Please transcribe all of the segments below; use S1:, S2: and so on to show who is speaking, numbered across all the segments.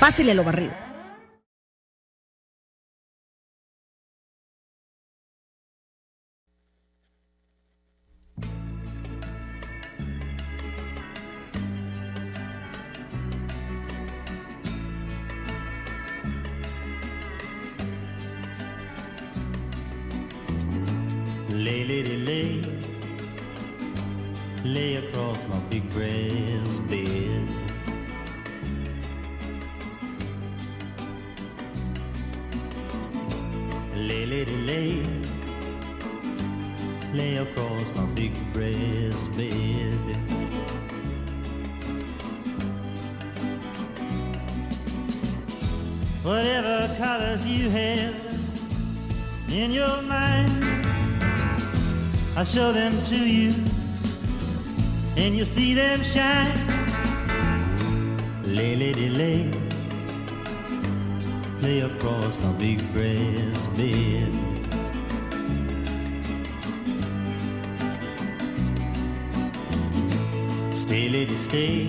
S1: Pásele lo barrido.
S2: Lay, lady, lay. Lay across my big brass bed. Lay, lady, lay. Lay across my big brass bed. Whatever colors you have in your mind. I show them to you, and you see them shine. Lay, lady, lay, lay across my big brass bed. Stay, lady, stay,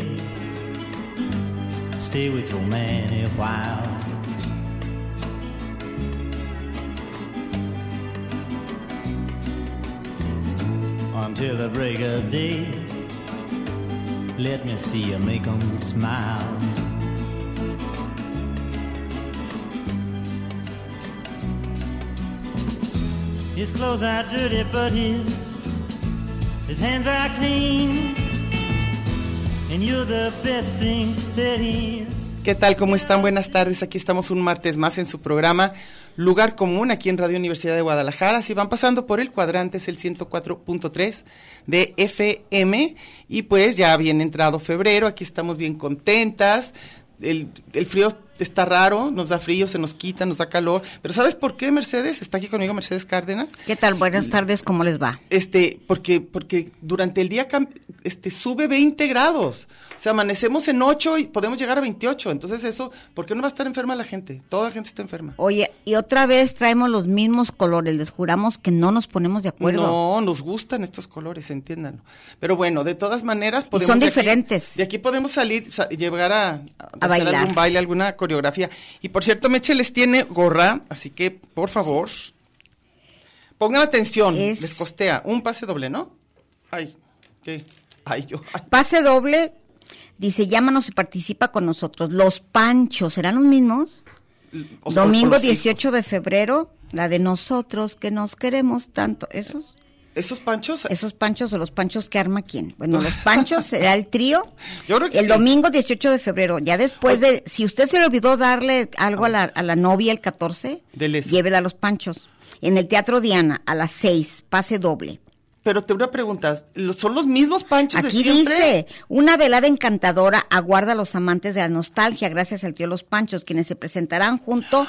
S2: stay with your man a while. until the break of day. Let me see you make 'em smile. His clothes are dirty, but his his hands are clean. And you're the best thing that is.
S3: ¿Qué tal? ¿Cómo están? Buenas tardes. Aquí estamos un martes más en su programa Lugar Común, aquí en Radio Universidad de Guadalajara. Si van pasando por el cuadrante, es el 104.3 de FM. Y pues ya bien entrado febrero, aquí estamos bien contentas. El, el frío está raro, nos da frío, se nos quita, nos da calor. Pero ¿sabes por qué, Mercedes? Está aquí conmigo Mercedes Cárdenas.
S1: ¿Qué tal? Buenas tardes, ¿cómo les va?
S3: Este, porque, porque durante el día cam- este, sube 20 grados. O sea, amanecemos en 8 y podemos llegar a 28. Entonces, eso, ¿por qué no va a estar enferma la gente? Toda la gente está enferma.
S1: Oye, y otra vez traemos los mismos colores. Les juramos que no nos ponemos de acuerdo.
S3: No, nos gustan estos colores, entiéndanlo. Pero bueno, de todas maneras podemos.
S1: son
S3: de aquí-
S1: diferentes.
S3: de aquí podemos salir, sa- llegar a, a hacer
S1: bailar.
S3: algún baile, alguna coreografía. Y por cierto, Meche les tiene gorra, así que por favor, pongan atención,
S1: Es-
S3: les costea un pase doble, ¿no? Ay, ¿qué? Ay, yo. ay.
S1: Pase doble. Dice, llámanos y participa con nosotros. Los panchos, ¿serán los mismos?
S3: O sea, por
S1: Domingo
S3: los hijos.
S1: 18 de febrero, la de nosotros que nos queremos tanto. ¿Esos?
S3: ¿Esos panchos?
S1: ¿Esos panchos o los panchos que arma quién? Bueno, los panchos será el trío.
S3: Yo creo que
S1: El
S3: sí.
S1: domingo 18 de febrero, ya después de... Si usted se le olvidó darle algo a la, a la novia el 14,
S3: Dele eso.
S1: llévela a los panchos. En el Teatro Diana, a las 6, pase doble.
S3: Pero te voy a preguntar, ¿lo- ¿son los mismos panchos
S1: Aquí
S3: de siempre?
S1: dice, una velada encantadora aguarda a los amantes de la nostalgia gracias al tío Los Panchos, quienes se presentarán junto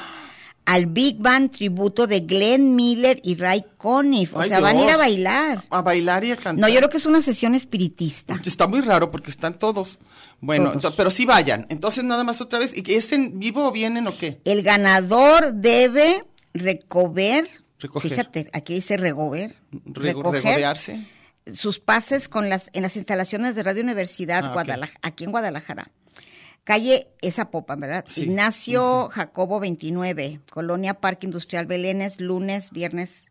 S1: al Big Band tributo de Glenn Miller y Ray Conniff. O
S3: Ay,
S1: sea, van a ir a
S3: Dios.
S1: bailar.
S3: A bailar y a cantar.
S1: No, yo creo que es una sesión espiritista.
S3: Está muy raro porque están todos. Bueno,
S1: Todos.
S3: ento- pero sí vayan. Entonces, nada más otra vez. ¿Y que es en vivo o vienen o qué?
S1: El ganador debe recoger,
S3: Recoger.
S1: fíjate, aquí dice recoger,
S3: Rego-
S1: recoger
S3: regodearse.
S1: sus pases con las, en las instalaciones de Radio Universidad
S3: Ah, ok.
S1: Guadalajara, aquí en Guadalajara. Calle Ezapopan, ¿verdad?
S3: Sí,
S1: Ignacio Jacobo 29, Colonia Parque Industrial Belénes, lunes, viernes,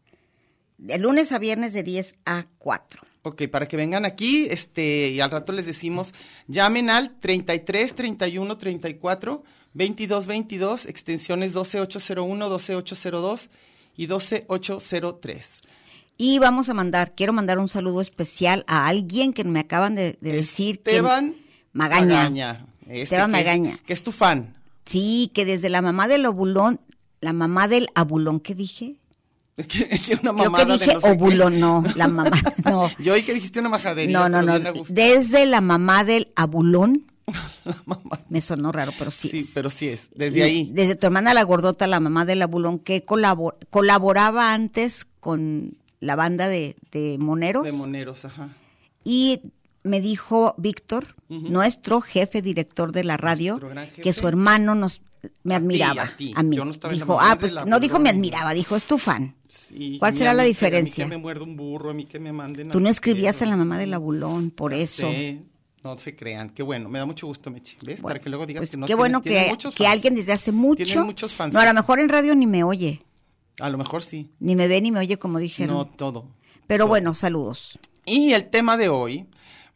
S1: de lunes a viernes de 10 a 4.
S3: Ok, para que vengan aquí, este, y al rato les decimos, llamen al 33 31 34 22 22, extensiones 12801, 12802 y 12803.
S1: Y Y vamos a mandar, quiero mandar un saludo especial a alguien que me acaban de, de decir. que-
S3: Esteban
S1: Magaña.
S3: Ese
S1: Esteban
S3: que es-
S1: Magaña.
S3: que es tu fan.
S1: Sí, que desde la mamá del obulón, la mamá del abulón, ¿qué dije?
S3: Que, que
S1: Creo
S3: una mamada
S1: que dije
S3: de no sé qué.
S1: obulón, no, la mamá, no.
S3: Yo oí que dijiste una majadería.
S1: No, no,
S3: pero
S1: no.
S3: bien a gusto.
S1: Desde la mamá del abulón,
S3: Mamá.
S1: me sonó raro, pero sí.
S3: Sí,
S1: es.
S3: pero sí es. Desde
S1: Y
S3: ahí.
S1: Desde tu hermana la gordota, la mamá del abulón, que colabo- colaboraba antes con la banda de, de Moneros.
S3: De Moneros, ajá.
S1: y me dijo Víctor,
S3: Ujú.
S1: nuestro jefe director de la radio,
S3: Nuestro gran jefe.
S1: que su hermano nos me
S3: A ti,
S1: admiraba.
S3: a ti.
S1: mí.
S3: Yo no estaba en la
S1: dijo,
S3: mamá
S1: ah,
S3: del
S1: pues no
S3: abulón".
S1: dijo me admiraba, dijo es tu fan.
S3: Sí,
S1: ¿Cuál
S3: y
S1: será
S3: a
S1: la
S3: mí que-
S1: diferencia?
S3: a mí que me muerde un burro, a mí que me manden.
S1: Tú no
S3: al
S1: escribías
S3: cielo.
S1: en la mamá del abulón, por
S3: Ya
S1: eso.
S3: sé. No se crean. Qué bueno. Me da mucho gusto, Meche. ¿Ves?
S1: Bueno,
S3: Para que luego digas
S1: pues,
S3: que no
S1: qué bueno
S3: tienes- tienes
S1: que,
S3: muchos
S1: que
S3: fans.
S1: alguien desde hace mucho.
S3: Tienes muchos fans.
S1: No, a lo mejor en radio ni me oye,
S3: A lo mejor sí.
S1: ni me ve ni me oye como dijeron.
S3: No todo.
S1: Pero bueno, saludos.
S3: Y el tema de hoy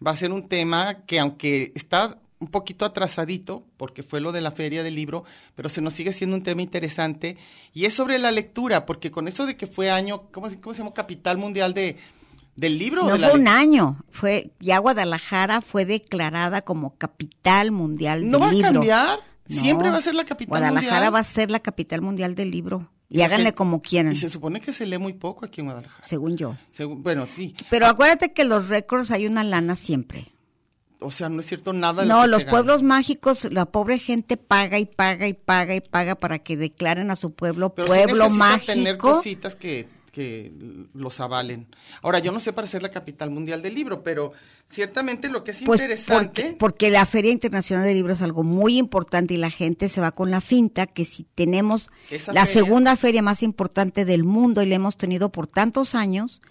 S3: va a ser un tema que aunque está un poquito atrasadito, porque fue lo de la feria del libro, pero se nos sigue siendo un tema interesante, y es sobre la lectura, porque con eso de que fue año, ¿cómo, se- cómo se llama? Capital mundial de, del libro.
S1: No
S3: de la
S1: fue un
S3: lec-
S1: año, fue ya Guadalajara fue declarada como capital mundial del
S3: No va
S1: libro.
S3: a cambiar,
S1: No.
S3: siempre va a ser la capital
S1: Guadalajara
S3: mundial.
S1: va a ser la capital mundial del libro. Y,
S3: la
S1: háganle
S3: gente-
S1: como quieran,
S3: Y se supone que se lee muy poco aquí en Guadalajara.
S1: según yo.
S3: Según- bueno, sí,
S1: Pero acuérdate que los récords hay una lana siempre.
S3: o sea, no es cierto nada. de lo
S1: No,
S3: que
S1: los
S3: te gane.
S1: pueblos mágicos, la pobre gente paga y paga y paga y paga para que declaren a su pueblo
S3: Pero sí
S1: pueblo
S3: necesitan tener
S1: mágico.
S3: cositas que, que los avalen. Ahora, yo no sé para ser la capital mundial del libro, pero ciertamente lo que es
S1: Pues
S3: interesante.
S1: porque, porque la Feria Internacional del Libro es algo muy importante y la gente se va con la finta que si tenemos
S3: Esa
S1: la
S3: feria-
S1: segunda feria más importante del mundo y la hemos tenido por tantos años,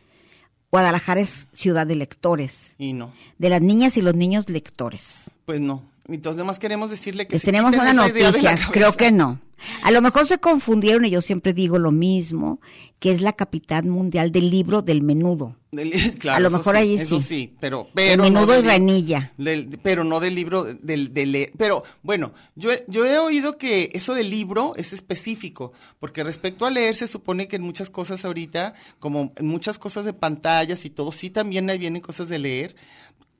S1: Guadalajara es ciudad de lectores.
S3: Y no,
S1: de las niñas y los niños lectores.
S3: pues no. Entonces, además queremos decirle que.
S1: Les
S3: se
S1: tenemos
S3: quiten
S1: una
S3: esa idea de la
S1: noticia, creo
S3: cabeza.
S1: que no. A lo mejor se confundieron y yo siempre digo lo mismo, que es la capital mundial del libro del menudo.
S3: Del- claro,
S1: A lo
S3: eso
S1: mejor allí
S3: eso
S1: sí.
S3: sí, pero.
S1: El
S3: pero
S1: menudo y
S3: del libro-
S1: ranilla.
S3: del- pero no del libro del, del- de- pero bueno yo he- yo he oído que eso del libro es específico porque respecto a leer se supone que en muchas cosas ahorita como en muchas cosas de pantallas y todo sí también ahí vienen cosas de leer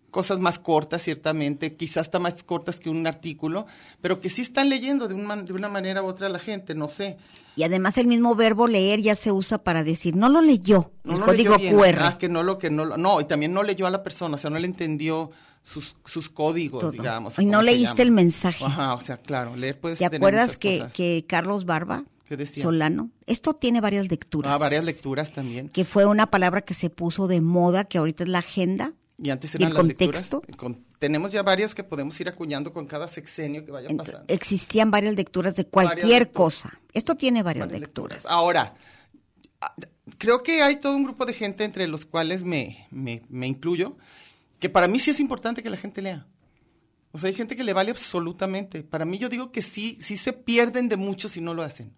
S3: cosas más cortas ciertamente quizás hasta más cortas que un artículo pero que sí están leyendo de, un man- de una manera u otra la gente no sé
S1: Y además el mismo verbo leer ya se usa para decir, no lo leyó,
S3: no
S1: el
S3: lo leyó
S1: código
S3: bien.
S1: QR.
S3: Ah, que no lo que no lo- no y también no leyó a la persona o sea no le entendió sus, sus códigos
S1: Todo.
S3: digamos
S1: Y no
S3: ¿cómo se
S1: leíste
S3: llama?
S1: el mensaje.
S3: Ajá, o sea, claro, leer puedes
S1: ¿Te
S3: tener
S1: acuerdas
S3: muchas
S1: que,
S3: cosas.
S1: que Carlos Barba
S3: ¿Qué decía?
S1: Solano? Esto tiene varias lecturas.
S3: Ah, varias lecturas también.
S1: Que fue una palabra que se puso de moda, que ahorita es la agenda.
S3: Y antes
S1: ¿Y
S3: eran
S1: el
S3: las
S1: contexto?
S3: lecturas. con- tenemos ya varias que podemos ir acuñando con cada sexenio que vaya
S1: Ent-
S3: pasando.
S1: existían varias lecturas de
S3: Varias
S1: cualquier
S3: lecturas.
S1: cosa. Esto tiene varias,
S3: Varias
S1: lecturas.
S3: Ahora, a- creo que hay todo un grupo de gente entre los cuales me, me, me incluyo, que para mí sí es importante que la gente lea. O sea, hay gente que le vale absolutamente. Para mí yo digo que sí, sí se pierden de mucho si no lo hacen.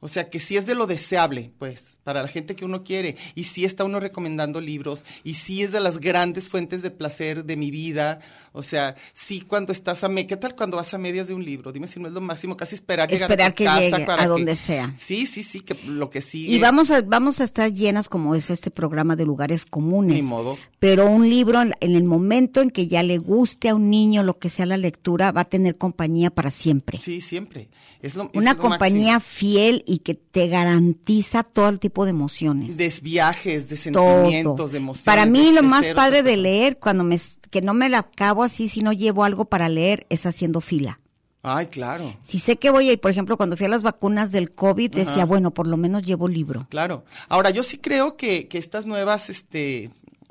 S3: O sea, que sí es de lo deseable, pues, para la gente que uno quiere. Y sí está uno recomendando libros. Y sí es de las grandes fuentes de placer de mi vida. O sea, sí cuando estás a... Me ¿Qué tal cuando vas a medias de un libro? Dime si no es lo máximo. Casi esperar llegar a
S1: Esperar
S3: tu
S1: que
S3: casa
S1: llegue
S3: para
S1: a
S3: que-
S1: donde sea.
S3: Sí, sí, sí, que lo que sí.
S1: Y vamos a, vamos a estar llenas, como es este programa, de lugares comunes.
S3: Ni modo.
S1: Pero un libro, en en el momento en que ya le guste a un niño lo que sea la lectura, va a tener compañía para siempre.
S3: Sí, siempre. Es lo, es
S1: Una
S3: lo
S1: compañía
S3: máximo.
S1: fiel y que te garantiza todo el tipo de emociones.
S3: De viajes, de sentimientos,
S1: todo.
S3: de emociones.
S1: Para mí lo
S3: de
S1: más
S3: cero,
S1: padre
S3: otra
S1: de
S3: cosa.
S1: leer, cuando me que no me la acabo así, si no llevo algo para leer, es haciendo fila.
S3: Ay, claro.
S1: Si sé que voy a ir, por ejemplo, cuando fui a las vacunas del COVID, decía, bueno, por lo menos llevo libro.
S3: Claro. Ahora, yo sí creo que, que estas nuevas, este...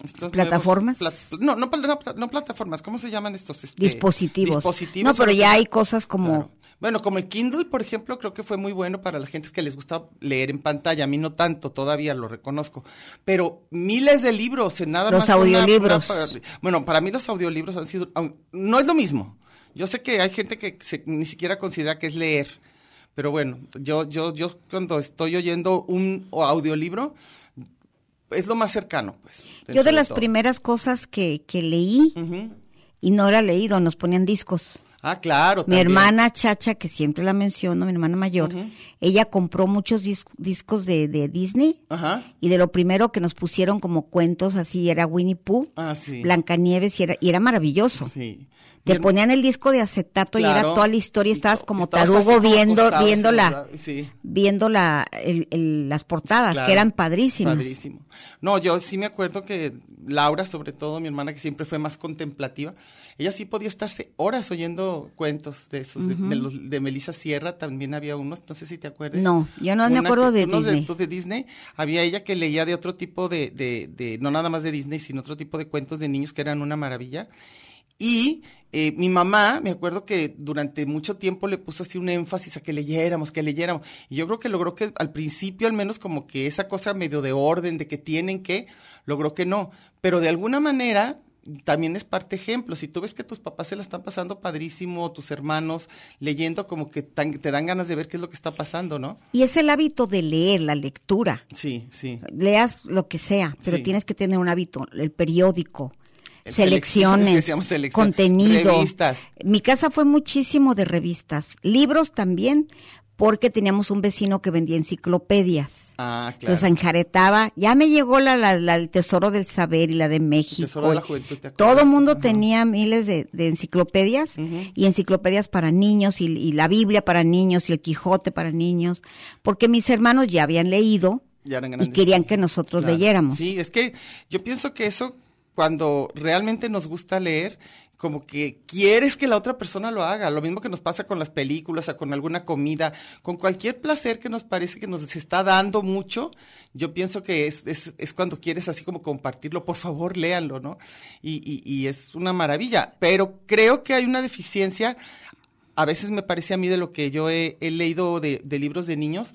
S3: estos nuevos
S1: ¿Plataformas?
S3: plat- no, no, pal- no, no plataformas, ¿cómo se llaman estos? este,
S1: dispositivos.
S3: Dispositivos.
S1: No, pero
S3: ahora
S1: ya
S3: que-
S1: hay cosas como...
S3: Claro. Bueno, como el Kindle, por ejemplo, creo que fue muy bueno para la gente que les gusta leer en pantalla. A mí no tanto, todavía lo reconozco. Pero miles de libros en nada
S1: Los
S3: más. una-
S1: audiolibros.
S3: una- bueno, para mí los audiolibros han sido. au- No es lo mismo. Yo sé que hay gente que se- ni siquiera considera que es leer. Pero bueno, yo, yo, yo cuando estoy oyendo un audiolibro, es lo más cercano, pues.
S1: Yo
S3: dentro
S1: de las
S3: todo.
S1: primeras cosas que, que leí,
S3: Ujú.
S1: y no era leído, nos ponían discos.
S3: Ah, claro.
S1: Mi
S3: también.
S1: hermana Chacha, que siempre la menciono, mi hermana mayor, ella compró muchos dis- discos de, de Disney
S3: Ajá.
S1: y de lo primero que nos pusieron como cuentos así era Winnie Pooh,
S3: Ah, sí.
S1: Blancanieves y era, y era maravilloso.
S3: Sí. Mi
S1: Te
S3: her-
S1: ponían el disco de acetato y era
S3: Claro.
S1: toda la historia, estabas como
S3: Estabas así
S1: tarugo
S3: como
S1: viendo,
S3: acostado,
S1: viendo
S3: sí,
S1: la,
S3: ¿verdad? Sí.
S1: viendo la, el- el- las portadas,
S3: Claro.
S1: que eran padrísimas.
S3: Padrísimo. No, yo sí me acuerdo que Laura, sobre todo mi hermana, que siempre fue más contemplativa, ella sí podía estarse horas oyendo cuentos de esos, de- de, los- de Melissa Sierra también había unos, no sé si te acuerdas.
S1: No, yo no me acuerdo
S3: que-
S1: de
S3: unos
S1: Disney.
S3: estos de Disney, había ella que leía de otro tipo de, de, de- no nada más de Disney, sino otro tipo de cuentos de niños que eran una maravilla. Y eh, mi mamá, me acuerdo que durante mucho tiempo le puso así un énfasis a que leyéramos, que leyéramos. Y yo creo que logró que al principio, al menos como que esa cosa medio de orden, de que tienen que, logró que no. Pero de alguna manera también es parte ejemplo. Si tú ves que tus papás se la están pasando padrísimo, tus hermanos leyendo, como que tan- te dan ganas de ver qué es lo que está pasando, ¿no?
S1: Y es el hábito de leer, la lectura.
S3: Sí, sí.
S1: Leas lo que sea, pero
S3: Sí.
S1: tienes que tener un hábito, el periódico.
S3: El
S1: Selecciones,
S3: selec- decíamos selección,
S1: contenido.
S3: revistas.
S1: Mi casa fue muchísimo de revistas, libros también, porque teníamos un vecino que vendía enciclopedias.
S3: Ah, claro.
S1: Entonces enjaretaba, ya me llegó la, la, la- el Tesoro del Saber y la de México.
S3: Tesoro de la Juventud, ¿te acuerdas?
S1: Todo el mundo
S3: Ajá.
S1: tenía miles de, de enciclopedias
S3: Ujú.
S1: y enciclopedias para niños y, y la Biblia para niños y el Quijote para niños, porque mis hermanos ya habían leído
S3: Ya eran
S1: y
S3: grandes,
S1: querían
S3: sí.
S1: que nosotros
S3: Claro.
S1: leyéramos.
S3: Sí, es que yo pienso que eso, cuando realmente nos gusta leer, como que quieres que la otra persona lo haga. Lo mismo que nos pasa con las películas, o con alguna comida, con cualquier placer que nos parece que nos está dando mucho, yo pienso que es, es, es cuando quieres así como compartirlo. Por favor, léanlo, ¿no? Y, y- y es una maravilla. Pero creo que hay una deficiencia. A veces me parece a mí de lo que yo he, he leído de- de libros de niños,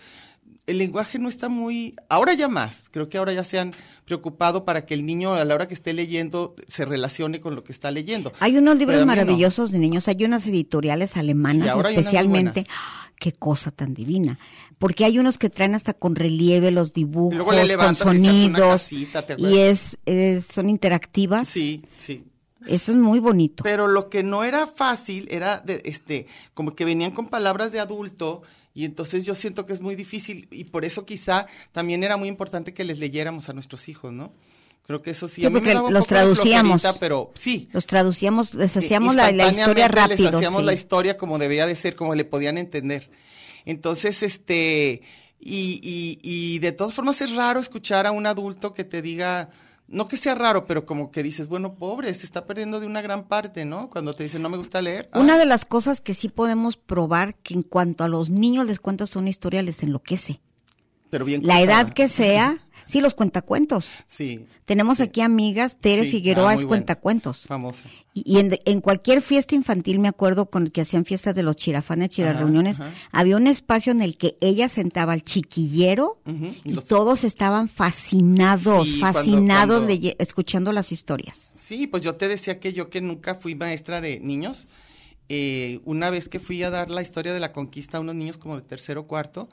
S3: el lenguaje no está muy, ahora ya más, creo que ahora ya se han preocupado para que el niño a la hora que esté leyendo se relacione con lo que está leyendo.
S1: Hay unos
S3: Pero
S1: libros
S3: a mí no.
S1: maravillosos de niños, hay unas editoriales alemanas
S3: Sí, ahora hay unas muy
S1: especialmente.
S3: buenas.
S1: ¡Ah! Qué cosa tan divina. Porque hay unos que traen hasta con relieve los dibujos,
S3: Luego le
S1: con
S3: levantas y se hace una
S1: sonidos.
S3: casita, ¿te acuerdas?
S1: y es, es- son interactivas.
S3: Sí, sí.
S1: Eso es muy bonito.
S3: Pero lo que no era fácil era, de- este, como que venían con palabras de adulto y entonces yo siento que es muy difícil y por eso quizá también era muy importante que les leyéramos a nuestros hijos, ¿no? Creo que eso sí.
S1: Sí,
S3: a mí me
S1: porque
S3: daba un
S1: los
S3: poco de
S1: traducíamos.
S3: flojerita, pero sí,
S1: Los traducíamos, les hacíamos la, la historia
S3: instantáneamente
S1: rápido.
S3: Les hacíamos
S1: sí.
S3: la historia como debía de ser, como le podían entender. Entonces, este, y, y- y de todas formas es raro escuchar a un adulto que te diga, no que sea raro, pero como que dices, bueno, pobre, se está perdiendo de una gran parte, ¿no? Cuando te dicen, no me gusta leer. ah,
S1: Una de las cosas que sí podemos probar que en cuanto a los niños les cuentas una historia les enloquece.
S3: pero bien
S1: La
S3: contada.
S1: edad que sea, sí los cuentacuentos.
S3: Sí.
S1: Tenemos
S3: sí,
S1: aquí amigas, Tere
S3: Sí,
S1: Figueroa
S3: ah,
S1: es
S3: muy buena.
S1: cuentacuentos.
S3: Famosa.
S1: Y y en, en cualquier fiesta infantil, me acuerdo con que hacían fiestas de los chirafanes, chirarreuniones,
S3: ajá.
S1: había un espacio en el que ella sentaba al chiquillero
S3: Ujú,
S1: y
S3: los-
S1: todos estaban fascinados,
S3: Sí, cuando-
S1: fascinados
S3: cuando-
S1: leye- escuchando las historias.
S3: Sí, pues yo te decía que yo que nunca fui maestra de niños. eh, una vez que fui a dar la historia de la conquista a unos niños como de tercero o cuarto,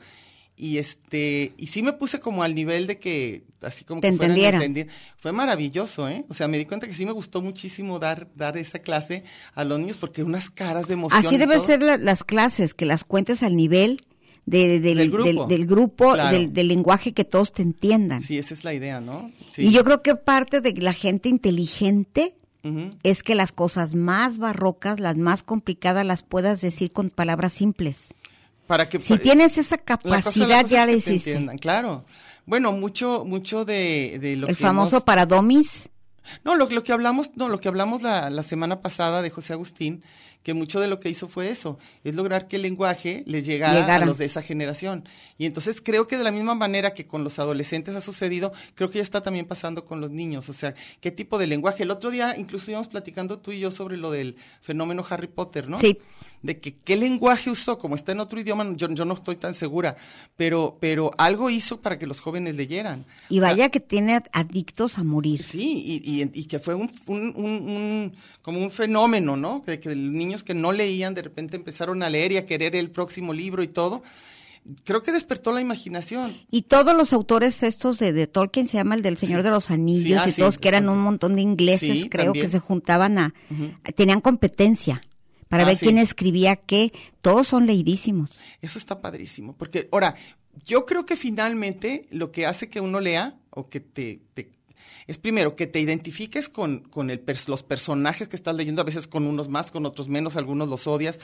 S3: y este, y sí me puse como al nivel de que, así como
S1: Te
S3: que fueran a
S1: entendieran.
S3: entender. Fue maravilloso, ¿eh? O sea, me di cuenta que sí me gustó muchísimo dar, dar esa clase a los niños, porque unas caras de emoción.
S1: Así
S3: y
S1: deben
S3: todo.
S1: ser la- las clases, que las cuentes al nivel de- de- del,
S3: Del
S1: del
S3: grupo.
S1: grupo, del, grupo
S3: Claro.
S1: del, del lenguaje que todos te entiendan.
S3: Sí, esa es la idea, ¿no? Sí.
S1: Y yo creo que parte de la gente inteligente
S3: Ujú.
S1: es que las cosas más barrocas, las más complicadas, las puedas decir con palabras simples.
S3: Para que
S1: Si
S3: pa-
S1: tienes esa
S3: pues, La
S1: capacidad,
S3: cosa- la cosa
S1: ya
S3: es
S1: la
S3: que te
S1: hiciste.
S3: entiendan, claro. Bueno, mucho, mucho de, de lo
S1: El
S3: que
S1: famoso
S3: hemos-
S1: para domis.
S3: No, lo, lo que hablamos, no, lo que hablamos la, la semana pasada de José Agustín, que mucho de lo que hizo fue eso, es lograr que el lenguaje le llegara,
S1: Llegara.
S3: a los de esa generación. Y entonces creo que de la misma manera que con los adolescentes ha sucedido, creo que ya está también pasando con los niños. O sea, ¿qué tipo de lenguaje? El otro día incluso íbamos platicando tú y yo sobre lo del fenómeno Harry Potter, ¿no?
S1: Sí.
S3: de que qué lenguaje usó, como está en otro idioma, yo, yo no estoy tan segura, pero, pero algo hizo para que los jóvenes leyeran.
S1: Y
S3: O sea,
S1: vaya que tiene adictos a morir.
S3: Sí, y, y- y que fue un, un- un- un- como un fenómeno, ¿no? Que, que niños que no leían de repente empezaron a leer y a querer el próximo libro y todo. Creo que despertó la imaginación.
S1: Y todos los autores estos de, de Tolkien, se llama el del Señor de los Anillos
S3: ah,
S1: y
S3: sí,
S1: todos que eran un
S3: Tolkien.
S1: montón de ingleses,
S3: Sí,
S1: creo
S3: también.
S1: que se juntaban a... Tenían competencia. para
S3: Ah,
S1: ver
S3: sí.
S1: quién escribía qué. Todos son leidísimos.
S3: Eso está padrísimo, porque ahora, yo creo que finalmente lo que hace que uno lea o que te... te- es primero que te identifiques con, con el pers- los personajes que estás leyendo, a veces con unos más, con otros menos, algunos los odias,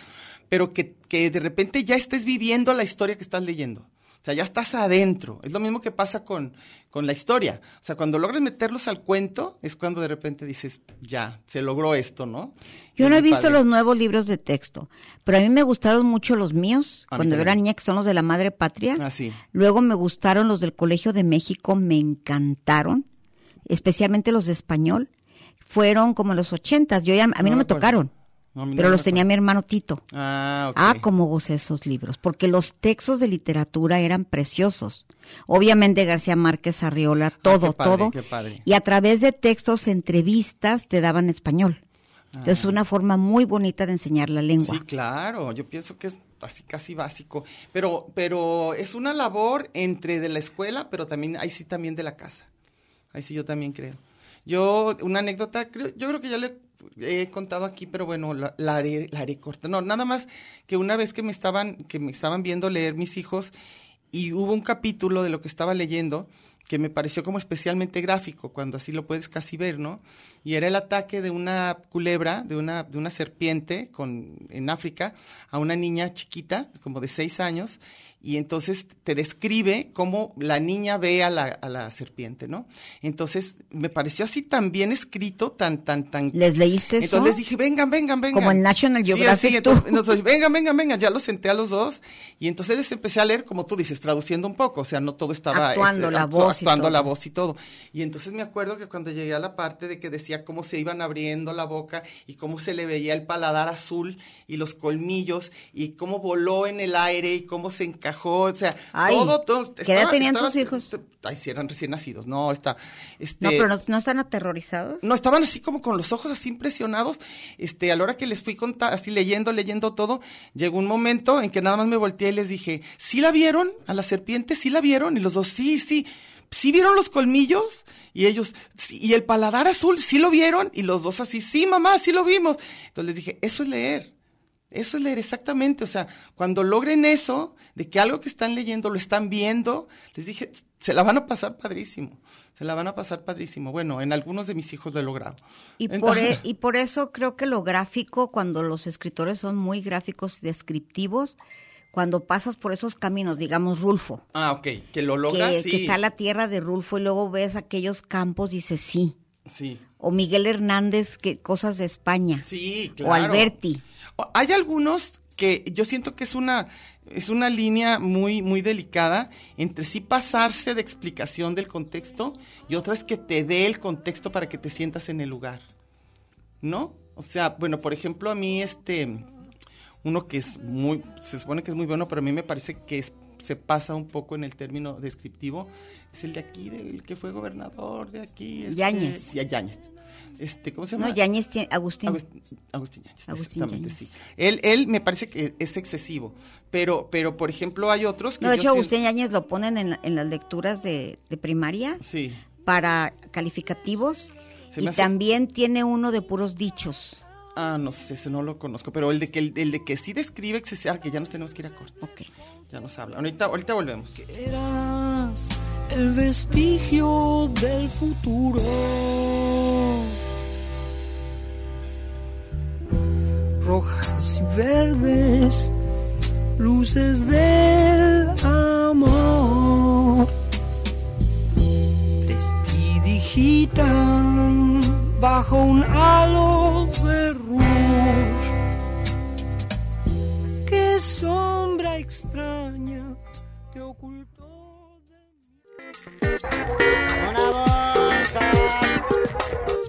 S3: pero que, que de repente ya estés viviendo la historia que estás leyendo. O sea, ya estás adentro. Es lo mismo que pasa con, con la historia. O sea, cuando logras meterlos al cuento, es cuando de repente dices, ya, se logró esto, ¿no?
S1: Yo
S3: Es
S1: no he
S3: muy
S1: visto
S3: padre.
S1: los nuevos libros de texto, pero a mí me gustaron mucho los míos
S3: A mí
S1: cuando yo era
S3: también.
S1: niña, que son los de la Madre Patria.
S3: Ah, sí.
S1: Luego me gustaron los del Colegio de México, me encantaron, especialmente los de español. Fueron como en los ochentas, yo ya, a mí no, me
S3: acuerdo.
S1: tocaron,
S3: No, Ah, a mí no
S1: pero
S3: me
S1: los tenía
S3: acuerdo.
S1: mi hermano Tito.
S3: Ah, ok.
S1: Ah, cómo gocé esos libros, porque los textos de literatura eran preciosos. Obviamente García Márquez Arriola, todo,
S3: Ah, qué padre,
S1: todo.
S3: qué padre.
S1: Y a través de textos, entrevistas, te daban español. Entonces, es una forma muy bonita de enseñar la lengua.
S3: Ah. Sí, claro, yo pienso que es así casi básico, pero pero es una labor entre de la escuela, pero también ahí sí también de la casa. Ahí sí yo también creo. Yo una anécdota, creo, yo creo que ya le he contado aquí, pero bueno, la, la haré la haré corta. No, nada más que una vez que me estaban que me estaban viendo leer mis hijos y hubo un capítulo de lo que estaba leyendo que me pareció como especialmente gráfico, cuando así lo puedes casi ver, ¿no? Y era el ataque de una culebra, de una, de una serpiente con, en África, a una niña chiquita, como de seis años, y entonces te describe cómo la niña ve a la, a la serpiente, ¿no? Entonces me pareció así tan bien escrito, tan, tan, tan...
S1: ¿Les leíste eso?
S3: Entonces dije, vengan, vengan, vengan.
S1: Como el National
S3: Sí,
S1: Geographic,
S3: así,
S1: tú.
S3: entonces, entonces, vengan, vengan, vengan. Ya los senté a los dos. Y entonces les empecé a leer, como tú dices, traduciendo un poco. O sea, no todo estaba. este,
S1: Actuando la
S3: actu-
S1: voz y
S3: Actuando
S1: todo.
S3: la voz y todo. Y entonces me acuerdo que cuando llegué a la parte de que decía cómo se iban abriendo la boca y cómo se le veía el paladar azul y los colmillos y cómo voló en el aire y cómo se encajó. O sea,
S1: Ay,
S3: todo, todo.
S1: ¿qué edad tenían tus hijos?
S3: Ay, si eran recién nacidos. No, está. Este,
S1: no, pero no, no están aterrorizados.
S3: no, estaban así como con los ojos así impresionados. Este, a la hora que les fui conta- así leyendo, leyendo todo, llegó un momento en que nada más me volteé y les dije, ¿sí la vieron? A la serpiente, ¿sí la vieron? Y los dos, sí, sí. ¿Sí vieron los colmillos? Y ellos, "Sí". ¿y el paladar azul? ¿Sí lo vieron? Y los dos así, sí, mamá, sí lo vimos. Entonces les dije, eso es leer. Eso es leer exactamente, o sea, cuando logren eso, de que algo que están leyendo lo están viendo, les dije, se la van a pasar padrísimo, se la van a pasar padrísimo. Bueno, en algunos de mis hijos lo he logrado.
S1: Y, por,
S3: Entonces-
S1: e- y por eso creo que lo gráfico, cuando los escritores son muy gráficos y descriptivos, cuando pasas por esos caminos, digamos Rulfo,
S3: Ah, ok, que lo
S1: que,
S3: logras,
S1: que
S3: sí.
S1: está la tierra de Rulfo y luego ves aquellos campos, dices sí.
S3: Sí,
S1: O Miguel Hernández, que cosas de España.
S3: sí,
S1: O
S3: claro.
S1: Alberti.
S3: O- Hay algunos que yo siento que es una es una línea muy muy delicada entre sí pasarse de explicación del contexto y otras que te dé el contexto para que te sientas en el lugar. ¿No? O sea, bueno, por ejemplo, a mí este uno que es muy se supone que es muy bueno, pero a mí me parece que es- se pasa un poco en el término descriptivo, es el de aquí del que fue gobernador de aquí, este,
S1: Yáñez.
S3: sí, Yáñez. Este, ¿cómo se llama?
S1: No, Yáñez, tiene- Agustín.
S3: Agustín, Agustín Yáñez,
S1: Agustín
S3: exactamente,
S1: Yáñez.
S3: sí. Él, él me parece que es excesivo, pero, pero por ejemplo hay otros que
S1: No, de
S3: yo
S1: hecho,
S3: siento-
S1: Agustín Yáñez lo ponen en, la- en las lecturas de, de primaria
S3: Sí,
S1: para calificativos.
S3: Se
S1: y
S3: me hace-
S1: también tiene uno de puros dichos.
S3: ah, no sé, ese no lo conozco, pero el de que, el, el de que sí describe excesivo, ah, que ya nos tenemos que ir a corto,
S1: Ok.
S3: ya nos habla. Ahorita, ahorita volvemos.
S4: Eras el vestigio del futuro. Rojas y verdes, luces del amor. Prestidigitan bajo un halo de rush. Qué sombra extraña te ocultó.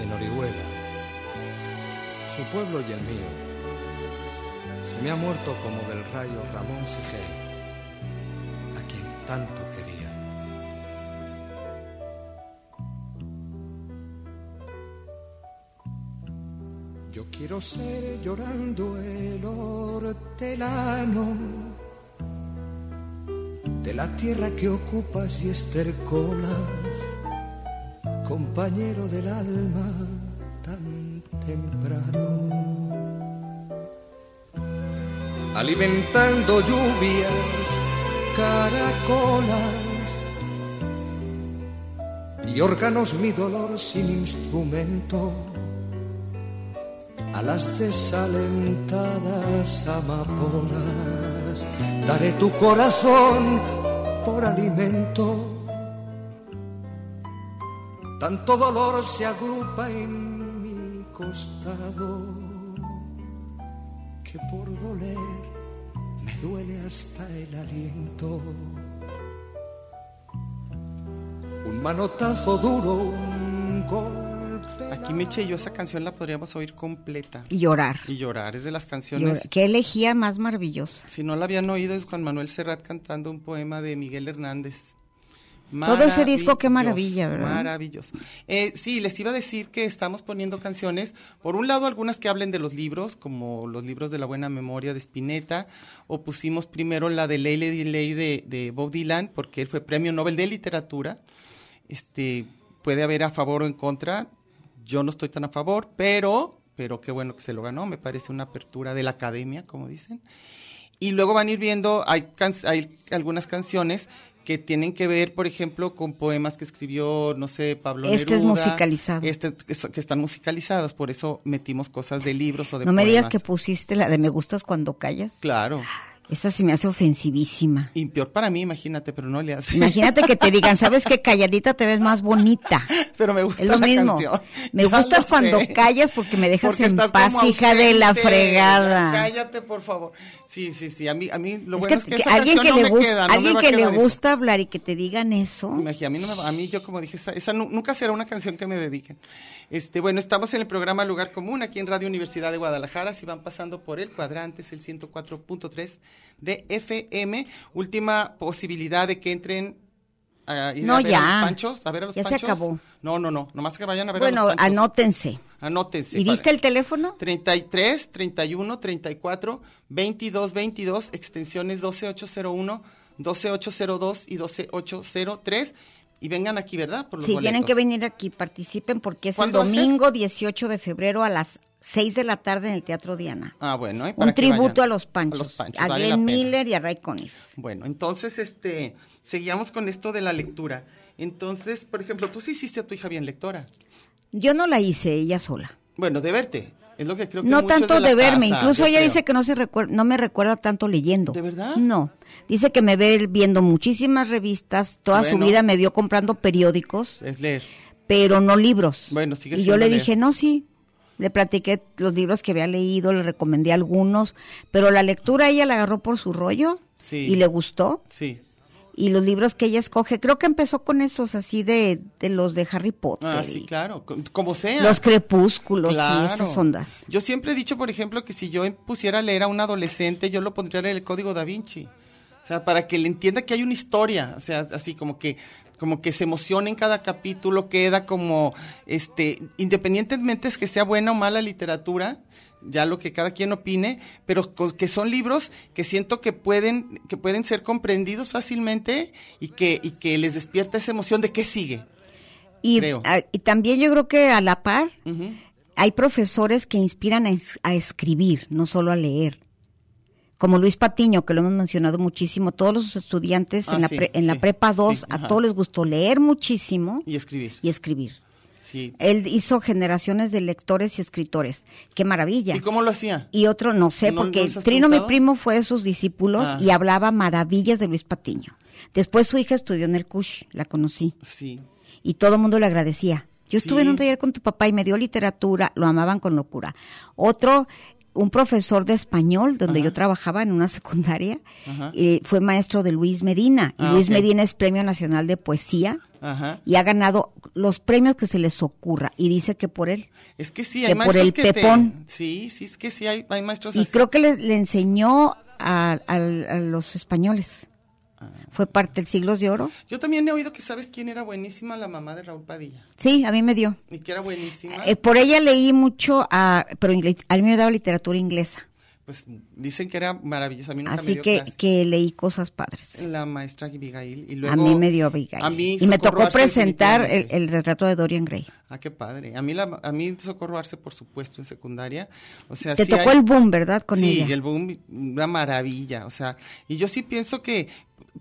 S5: en Orihuela, su pueblo y el mío. Se me ha muerto como del rayo Ramón Sigel, a quien tanto quería. Yo quiero ser llorando el hortelano de la tierra que ocupas y estercolas compañero del alma tan temprano. Alimentando lluvias, caracolas y órganos mi dolor sin instrumento a las desalentadas amapolas. Daré tu corazón por alimento tanto dolor se agrupa en mi costado que por doler me duele hasta el aliento. Un manotazo duro, un golpe.
S3: Aquí Meche y yo esa canción la podríamos oír completa
S1: Y llorar.
S3: y llorar. Es de las canciones.
S1: Llor- Qué elegía más maravillosa.
S3: Si no la habían oído es Juan Manuel Serrat cantando un poema de Miguel Hernández.
S1: Todo ese disco, qué
S3: Maravilloso,
S1: maravilla, ¿verdad?
S3: Maravilloso. Eh, sí, les iba a decir que estamos poniendo canciones, por un lado algunas que hablen de los libros, como los libros de la buena memoria de Spinetta, o pusimos primero la de Ley, Lady, Ley de, de Bob Dylan, porque él fue premio Nobel de literatura. Este, puede haber a favor o en contra, yo no estoy tan a favor, pero, pero qué bueno que se lo ganó, me parece una apertura de la academia, como dicen. Y luego van a ir viendo, hay, can- hay algunas canciones que tienen que ver, por ejemplo, con poemas que escribió, no sé, Pablo
S1: Este es
S3: Neruda,
S1: musicalizado.
S3: este- que so- que están musicalizados, por eso metimos cosas de libros o de
S1: No me digas que
S3: poemas.
S1: pusiste la de me gustas cuando callas.
S3: Claro.
S1: Esta se me hace ofensivísima.
S3: Y peor para mí, imagínate, pero no le hace.
S1: Imagínate que te digan, ¿sabes qué? Calladita te ves más bonita.
S3: Pero me gusta
S1: Es lo
S3: la
S1: mismo.
S3: canción.
S1: Me
S3: Ya
S1: gustas
S3: lo sé.
S1: cuando callas porque me dejas
S3: Porque
S1: en
S3: estás
S1: paz,
S3: como
S1: hija de la
S3: ausente.
S1: fregada.
S3: Cállate, por favor. Sí, sí, sí. A mí, a mí lo
S1: Es
S3: bueno
S1: que,
S3: es que,
S1: que
S3: esa
S1: alguien
S3: canción
S1: que
S3: no
S1: le
S3: me
S1: gusta,
S3: queda, no me
S1: alguien
S3: va a
S1: que le
S3: quedar eso.
S1: gusta hablar y que te digan eso.
S3: Imagi- A mí, no Pues me va- a mí yo como dije, esa, esa nu- nunca será una canción que me dediquen. Este, bueno, estamos en el programa Lugar Común, aquí en Radio Universidad de Guadalajara. Si van pasando por el cuadrante, es el 104.3 de FM. Última posibilidad de que entren a ir
S1: No,
S3: a ver
S1: ya.
S3: a los panchos. A ver a los
S1: Ya se
S3: panchos.
S1: acabó.
S3: No, no, no. Nomás que vayan a ver a
S1: bueno,
S3: los panchos.
S1: anótense.
S3: Anótense.
S1: ¿Y diste
S3: para-
S1: el teléfono?
S3: 33, 31, 34, 22, 22, extensiones 12801, 12802 y 12803. Y vengan aquí, ¿verdad? Por los
S1: Sí,
S3: boletos.
S1: tienen que venir aquí, participen porque es el
S3: ¿Cuándo va a ser?
S1: domingo 18 de febrero a las 6 de la tarde en el Teatro Diana.
S3: Ah, bueno, ¿eh? Para
S1: Un
S3: que
S1: tributo
S3: vayan.
S1: a los Panchos, a,
S3: A los Panchos, vale la
S1: Glenn
S3: pena.
S1: Miller y a Ray Conniff.
S3: Bueno, entonces, este, seguíamos con esto de la lectura. Entonces, por ejemplo, tú sí hiciste a tu hija bien lectora.
S1: Yo no la hice ella sola.
S3: Bueno, de verte. Es lo que creo que
S1: No
S3: muchos
S1: tanto
S3: la
S1: de verme,
S3: casa,
S1: incluso
S3: yo
S1: ella
S3: creo.
S1: dice que no se recuer- no me recuerda tanto leyendo.
S3: ¿De verdad?
S1: No. Dice que me ve viendo muchísimas revistas, toda su
S3: Bueno.
S1: vida me vio comprando periódicos,
S3: Es leer.
S1: pero no libros.
S3: Bueno, sigue
S1: y yo
S3: siendo
S1: le
S3: leer.
S1: dije, "No, sí." Le platiqué los libros que había leído, le recomendé algunos, pero la lectura ella la agarró por su rollo
S3: Sí.
S1: y le gustó.
S3: Sí.
S1: Y los libros que ella escoge, creo que empezó con esos así de, de los de Harry Potter.
S3: Ah,
S1: y-
S3: sí, claro. co- Como sea.
S1: Los crepúsculos y esas
S3: Claro.
S1: ondas.
S3: Yo siempre he dicho, por ejemplo, que si yo pusiera a leer a un adolescente, yo lo pondría a leer el código da Vinci. O sea, para que le entienda que hay una historia, o sea, así como que como que se emociona en cada capítulo, queda como este independientemente es que sea buena o mala literatura, ya lo que cada quien opine, pero co- que son libros que siento que pueden que pueden ser comprendidos fácilmente y que y que les despierta esa emoción de qué sigue.
S1: Y,
S3: creo.
S1: a- y también yo creo que a la par
S3: Ujú.
S1: hay profesores que inspiran a, es- a escribir, no solo a leer. como Luis Patiño, que lo hemos mencionado muchísimo, todos los estudiantes
S3: Ah,
S1: en, la,
S3: sí,
S1: pre- en la
S3: sí,
S1: prepa 2,
S3: sí,
S1: a
S3: ajá.
S1: todos les gustó leer muchísimo
S3: Y escribir.
S1: y eh, escribir.
S3: Sí.
S1: Él hizo generaciones de lectores y escritores. ¡Qué maravilla!
S3: ¿Y cómo lo hacía?
S1: Y otro, no sé,
S3: ¿No-
S1: porque
S3: no les has
S1: Trino, mi
S3: preguntado?
S1: primo, fue de sus discípulos
S3: Ah.
S1: y hablaba maravillas de Luis Patiño. Después su hija estudió en el CUSH, la conocí,
S3: Sí.
S1: y todo el mundo le agradecía. Yo estuve en
S3: Sí.
S1: un taller con tu papá y me dio literatura, lo amaban con locura. Otro, un profesor de español, donde yo trabajaba en una secundaria,
S3: Ajá.
S1: eh, fue maestro de Luis Medina. Y
S3: Ah,
S1: Luis
S3: ok.
S1: Medina es Premio Nacional de Poesía
S3: Ajá.
S1: y ha ganado los premios que se les ocurra. Y dice que por él.
S3: Es que sí,
S1: Que
S3: hay
S1: por
S3: maestros
S1: el
S3: que te-
S1: pepón.
S3: Sí, sí, es que sí, hay, hay maestros
S1: Y
S3: Pues así.
S1: creo que le, le enseñó a, a- a los españoles.
S3: Ah,
S1: Fue parte del Siglos de Oro.
S3: Yo también he oído que sabes quién era buenísima, la mamá de Raúl Padilla.
S1: Sí, a mí me dio.
S3: Y que era buenísima.
S1: Eh, por ella leí mucho, a, pero ingle- a mí me daba literatura inglesa.
S3: Pues dicen que era maravillosa. A mí nunca me
S1: Así
S3: dio
S1: que,
S3: clase.
S1: que leí cosas padres.
S3: La maestra Abigail. Y luego,
S1: a mí me dio Abigail.
S3: A mí
S1: y me
S3: Socorro
S1: tocó
S3: Arce,
S1: presentar el,
S3: definitivamente.
S1: el retrato de Dorian Gray.
S3: Ah, qué padre. A mí, la, a mí Socorro Arce, por supuesto, en secundaria. O sea,
S1: Te
S3: sí
S1: tocó
S3: hay-
S1: el boom, ¿verdad? Con
S3: sí,
S1: ella.
S3: el boom, una maravilla, o sea, y yo sí pienso que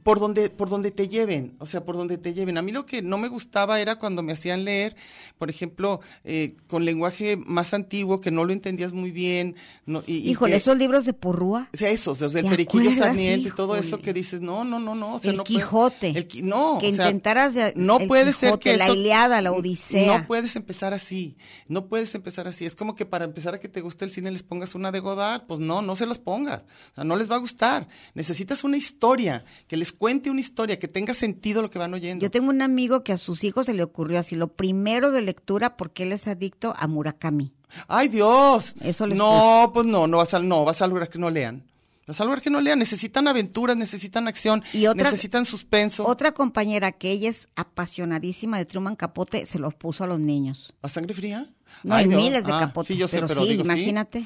S3: por donde, por donde te lleven, o sea, por donde te lleven. A mí lo que no me gustaba era cuando me hacían leer, por ejemplo, eh, con lenguaje más antiguo, que no lo entendías muy bien. No, y, y
S1: Híjole,
S3: que-
S1: esos libros de porrúa.
S3: o sea, esos, desde el
S1: ¿Te
S3: periquillo
S1: acuerdas?
S3: saliente y todo eso
S1: Híjole.
S3: que dices, no, no, no, no. O sea,
S1: El
S3: no puede-
S1: Quijote.
S3: el qui- no,
S1: Que
S3: o sea,
S1: intentaras de-
S3: no
S1: el
S3: puede ser
S1: Quijote,
S3: que
S1: la
S3: eso-
S1: Ilíada, la Odisea.
S3: No puedes empezar así. No puedes empezar así. Es como que para empezar a que te guste el cine les pongas una de Godard. Pues no, no se los pongas. O sea, no les va a gustar. Necesitas una historia, que les cuente una historia, que tenga sentido lo que van oyendo.
S1: Yo tengo un amigo que a sus hijos se le ocurrió así, lo primero de lectura porque él es adicto a Murakami.
S3: ¡Ay, Dios!
S1: Eso les
S3: No, pues no, no vas a, no, vas a lograr que no lean. Vas a lograr que no lean. Necesitan aventuras, necesitan acción,
S1: Y otra-
S3: necesitan suspenso.
S1: Otra compañera que ella es apasionadísima de Truman Capote se los puso a los niños.
S3: ¿A sangre fría?
S1: No,
S3: Ay,
S1: hay
S3: Dios.
S1: miles de
S3: Ah,
S1: Capote.
S3: Sí, yo sé,
S1: pero,
S3: pero,
S1: sí,
S3: digo, sí.
S1: imagínate.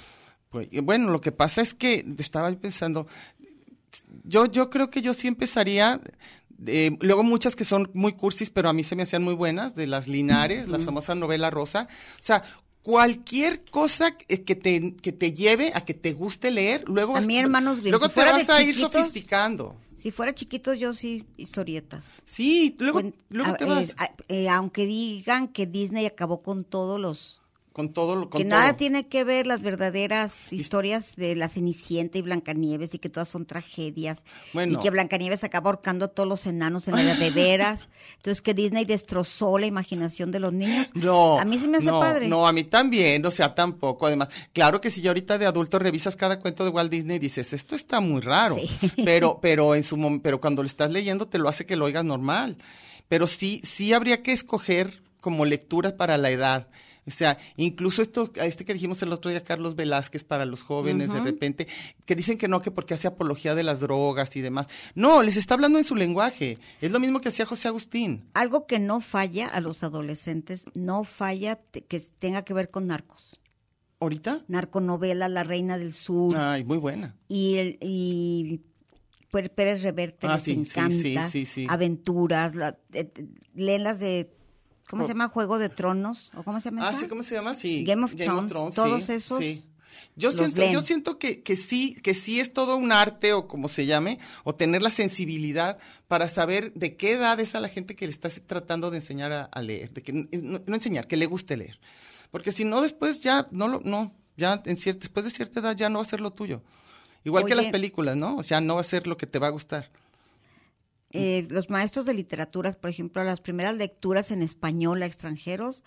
S3: Pues, y bueno, lo que pasa es que estaba pensando, yo, yo creo que yo sí empezaría, eh, luego muchas que son muy cursis, pero a mí se me hacían muy buenas, de las Linares, la famosa novela rosa, o sea... Cualquier cosa que que te, que te lleve a que te guste leer, luego
S1: A
S3: vas-
S1: mí, hermanos Grimm,
S3: luego
S1: si
S3: te
S1: fuera de
S3: vas a ir
S1: chiquitos-
S3: sofisticando.
S1: Si fuera chiquito yo sí, historietas.
S3: Sí, luego,
S1: Cuen-
S3: luego
S1: a-
S3: te
S1: eh,
S3: vas
S1: a- eh, aunque digan que Disney acabó con todos los...
S3: con todo lo con
S1: que nada
S3: todo.
S1: tiene que ver las verdaderas historias de la Cenicienta y Blancanieves y que todas son tragedias
S3: Bueno.
S1: y que Blancanieves acaba ahorcando a todos los enanos en la de veras. Entonces que Disney destrozó la imaginación de los niños.
S3: No.
S1: a mí se me hace
S3: no,
S1: padre.
S3: No, a mí también, o sea, tampoco. Además, claro que si ya ahorita de adulto revisas cada cuento de Walt Disney y dices, esto está muy raro.
S1: Sí.
S3: Pero, pero en su mom- pero cuando lo estás leyendo te lo hace que lo oigas normal. Pero sí, sí habría que escoger como lecturas para la edad. O sea, incluso esto, a este que dijimos el otro día, Carlos Velázquez, para los jóvenes, de repente, que dicen que no, que porque hace apología de las drogas y demás. No, les está hablando en su lenguaje. Es lo mismo que hacía José Agustín.
S1: Algo que no falla a los adolescentes, no falla te- que tenga que ver con narcos.
S3: ¿Ahorita?
S1: Narconovela, La Reina del Sur
S3: Ay, muy buena.
S1: y, el- y Pé- Pérez Reverte
S3: Ah,
S1: les
S3: sí, sí,
S1: encanta.
S3: sí, sí, sí.
S1: Aventuras, la, eh, eh, leen las de, ¿cómo se llama? Juego de Tronos, ¿o cómo se llama
S3: Oh. Ah,
S1: esa?
S3: sí, ¿cómo se llama? Sí.
S1: Game of Thrones, todos esos
S3: Yo
S1: los
S3: siento,
S1: leen.
S3: yo siento que, que sí, que sí es todo un arte o como se llame, o tener la sensibilidad para saber de qué edad es a la gente que le estás tratando de enseñar a, a leer, de que n- es- no, no enseñar, que le guste leer. Porque si no, después ya no lo, no, ya en cier- después de cierta edad ya no va a ser lo tuyo. Igual que
S1: Oye.
S3: las películas, ¿no? O sea, no va a ser lo que te va a gustar.
S1: Eh, los maestros de literaturas, por ejemplo, las primeras lecturas en español a extranjeros,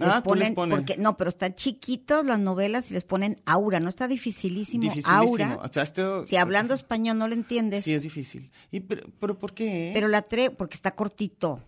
S1: les
S3: Ah, tú les
S1: ponen,
S3: pones.
S1: porque no, pero están chiquitos las novelas y les ponen aura, no está dificilísimo,
S3: Dificilísimo.
S1: aura.
S3: O sea, esto-
S1: Si hablando español no lo entiendes,
S3: Sí, es difícil. ¿Y pero, pero por qué? eh?
S1: pero la tre porque está cortito.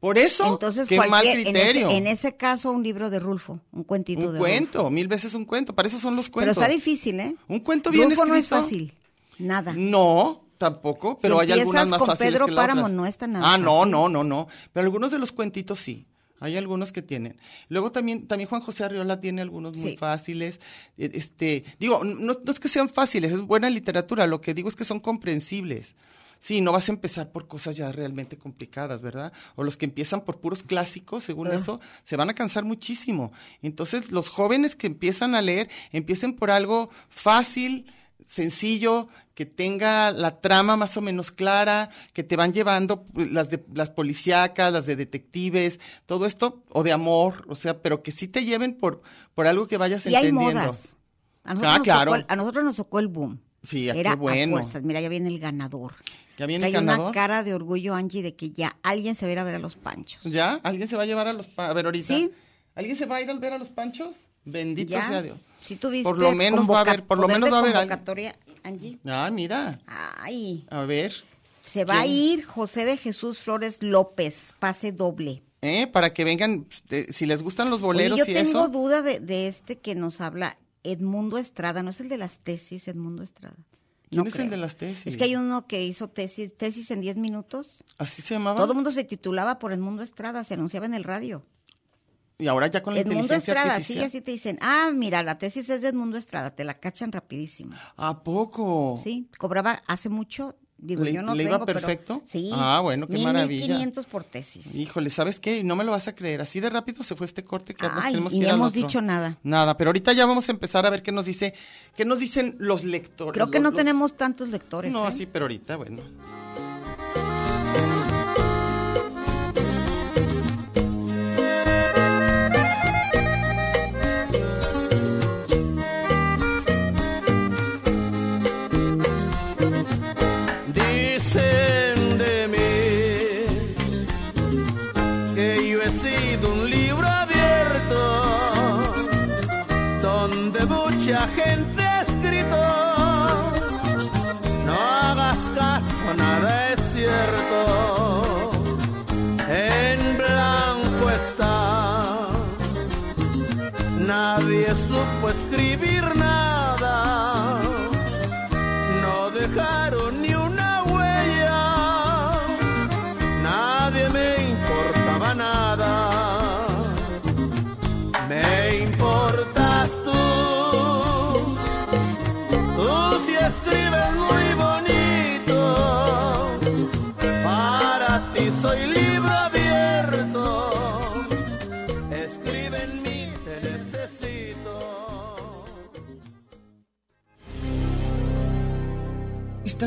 S3: Por eso,
S1: Entonces,
S3: qué mal
S1: cualquier, en ese,
S3: criterio.
S1: en ese caso un libro de Rulfo, un cuentito
S3: un
S1: de
S3: cuento,
S1: Rulfo.
S3: mil veces un cuento. Para eso son los
S1: Pero
S3: cuentos.
S1: está difícil, ¿eh?
S3: Un cuento bien
S1: Rulfo no es
S3: escrito.
S1: fácil, nada.
S3: No, tampoco, pero
S1: Si
S3: hay algunas
S1: empiezas
S3: más
S1: con
S3: fáciles
S1: Pedro
S3: que las
S1: Páramo,
S3: otras.
S1: no está nada
S3: Ah, no,
S1: fácil.
S3: no, no, no. Pero algunos de los cuentitos sí. Hay algunos que tienen. Luego también, también Juan José Arriola tiene algunos muy
S1: Sí.
S3: fáciles. Eh, Este, digo, no, no es que sean fáciles, es buena literatura. Lo que digo es que son comprensibles. Sí, no vas a empezar por cosas ya realmente complicadas, ¿verdad? O los que empiezan por puros clásicos, según eso, se van a cansar muchísimo. Entonces, los jóvenes que empiezan a leer, empiecen por algo fácil, sencillo, que tenga la trama más o menos clara, que te van llevando pues, las de las policíacas, las de detectives, todo esto, o de amor, o sea, pero que sí te lleven por, por algo que vayas
S1: Y hay
S3: entendiendo.
S1: modas. A
S3: Ah,
S1: nosotros,
S3: claro.
S1: nos tocó, el- a nosotros nos tocó el boom.
S3: Sí, ah,
S1: Era
S3: qué bueno.
S1: a fuerzas. Mira, ya viene el ganador.
S3: ¿Ya viene el
S1: Trae
S3: ganador?
S1: una cara de orgullo, Angie, de que ya alguien se va a ir a ver a los panchos.
S3: ¿Ya? ¿Alguien se va a llevar a los pa- a ver ahorita?
S1: Sí.
S3: ¿Alguien se va a ir a ver a los panchos? Bendito
S1: Ya.
S3: sea Dios.
S1: Si tuviste
S3: Por lo menos va a haber- por lo
S1: poder de
S3: menos va a haber alguien.
S1: convocatoria, Angie.
S3: Ah, mira.
S1: Ay,
S3: A ver.
S1: se va a
S3: ¿Quién?
S1: ir José de Jesús Flores López, pase doble.
S3: ¿eh? Para que vengan, este, si les gustan los
S1: Oye,
S3: boleros
S1: yo
S3: y
S1: tengo
S3: eso.
S1: duda de, de este que nos habla Edmundo Estrada, no es el de las tesis, Edmundo Estrada.
S3: ¿Quién
S1: No
S3: es el
S1: creo.
S3: de las tesis?
S1: Es que hay uno que hizo tesis, tesis en 10 minutos.
S3: Así se llamaba.
S1: Todo el mundo se titulaba por Edmundo Estrada, se anunciaba en el radio.
S3: Y ahora ya con la
S1: Edmundo
S3: inteligencia
S1: Estrada, sí,
S3: artificial.
S1: así te dicen, ah, mira, la tesis es de Edmundo Estrada, te la cachan rapidísimo.
S3: ¿A poco?
S1: Sí, cobraba hace mucho, digo,
S3: ¿Le-
S1: yo no
S3: le iba
S1: tengo, pero
S3: perfecto?
S1: sí.
S3: Ah, bueno, qué
S1: 1,000,
S3: maravilla.
S1: 1500 por tesis.
S3: Híjole, ¿sabes qué? No me lo vas a creer. Así de rápido se fue este corte que nos
S1: Ay,
S3: tenemos
S1: y
S3: que ir
S1: no
S3: al
S1: hemos
S3: otro.
S1: dicho nada.
S3: Nada, pero ahorita ya vamos a empezar a ver qué nos dice, qué nos dicen los lectores.
S1: Creo que
S3: los-
S1: no
S3: los-
S1: tenemos tantos lectores.
S3: No,
S1: ¿eh?
S3: así, pero ahorita, bueno.
S6: Dicen de mí que yo he sido un libro abierto donde mucha gente ha escrito. No hagas caso, nada es cierto. En blanco está. Nadie supo escribir nada no dejaron ni una huella. Nadie me importaba nada. Me importas tú. Tú si escribes muy bonito. Para ti soy libro abierto. Escribe en mí, te necesito.
S7: Está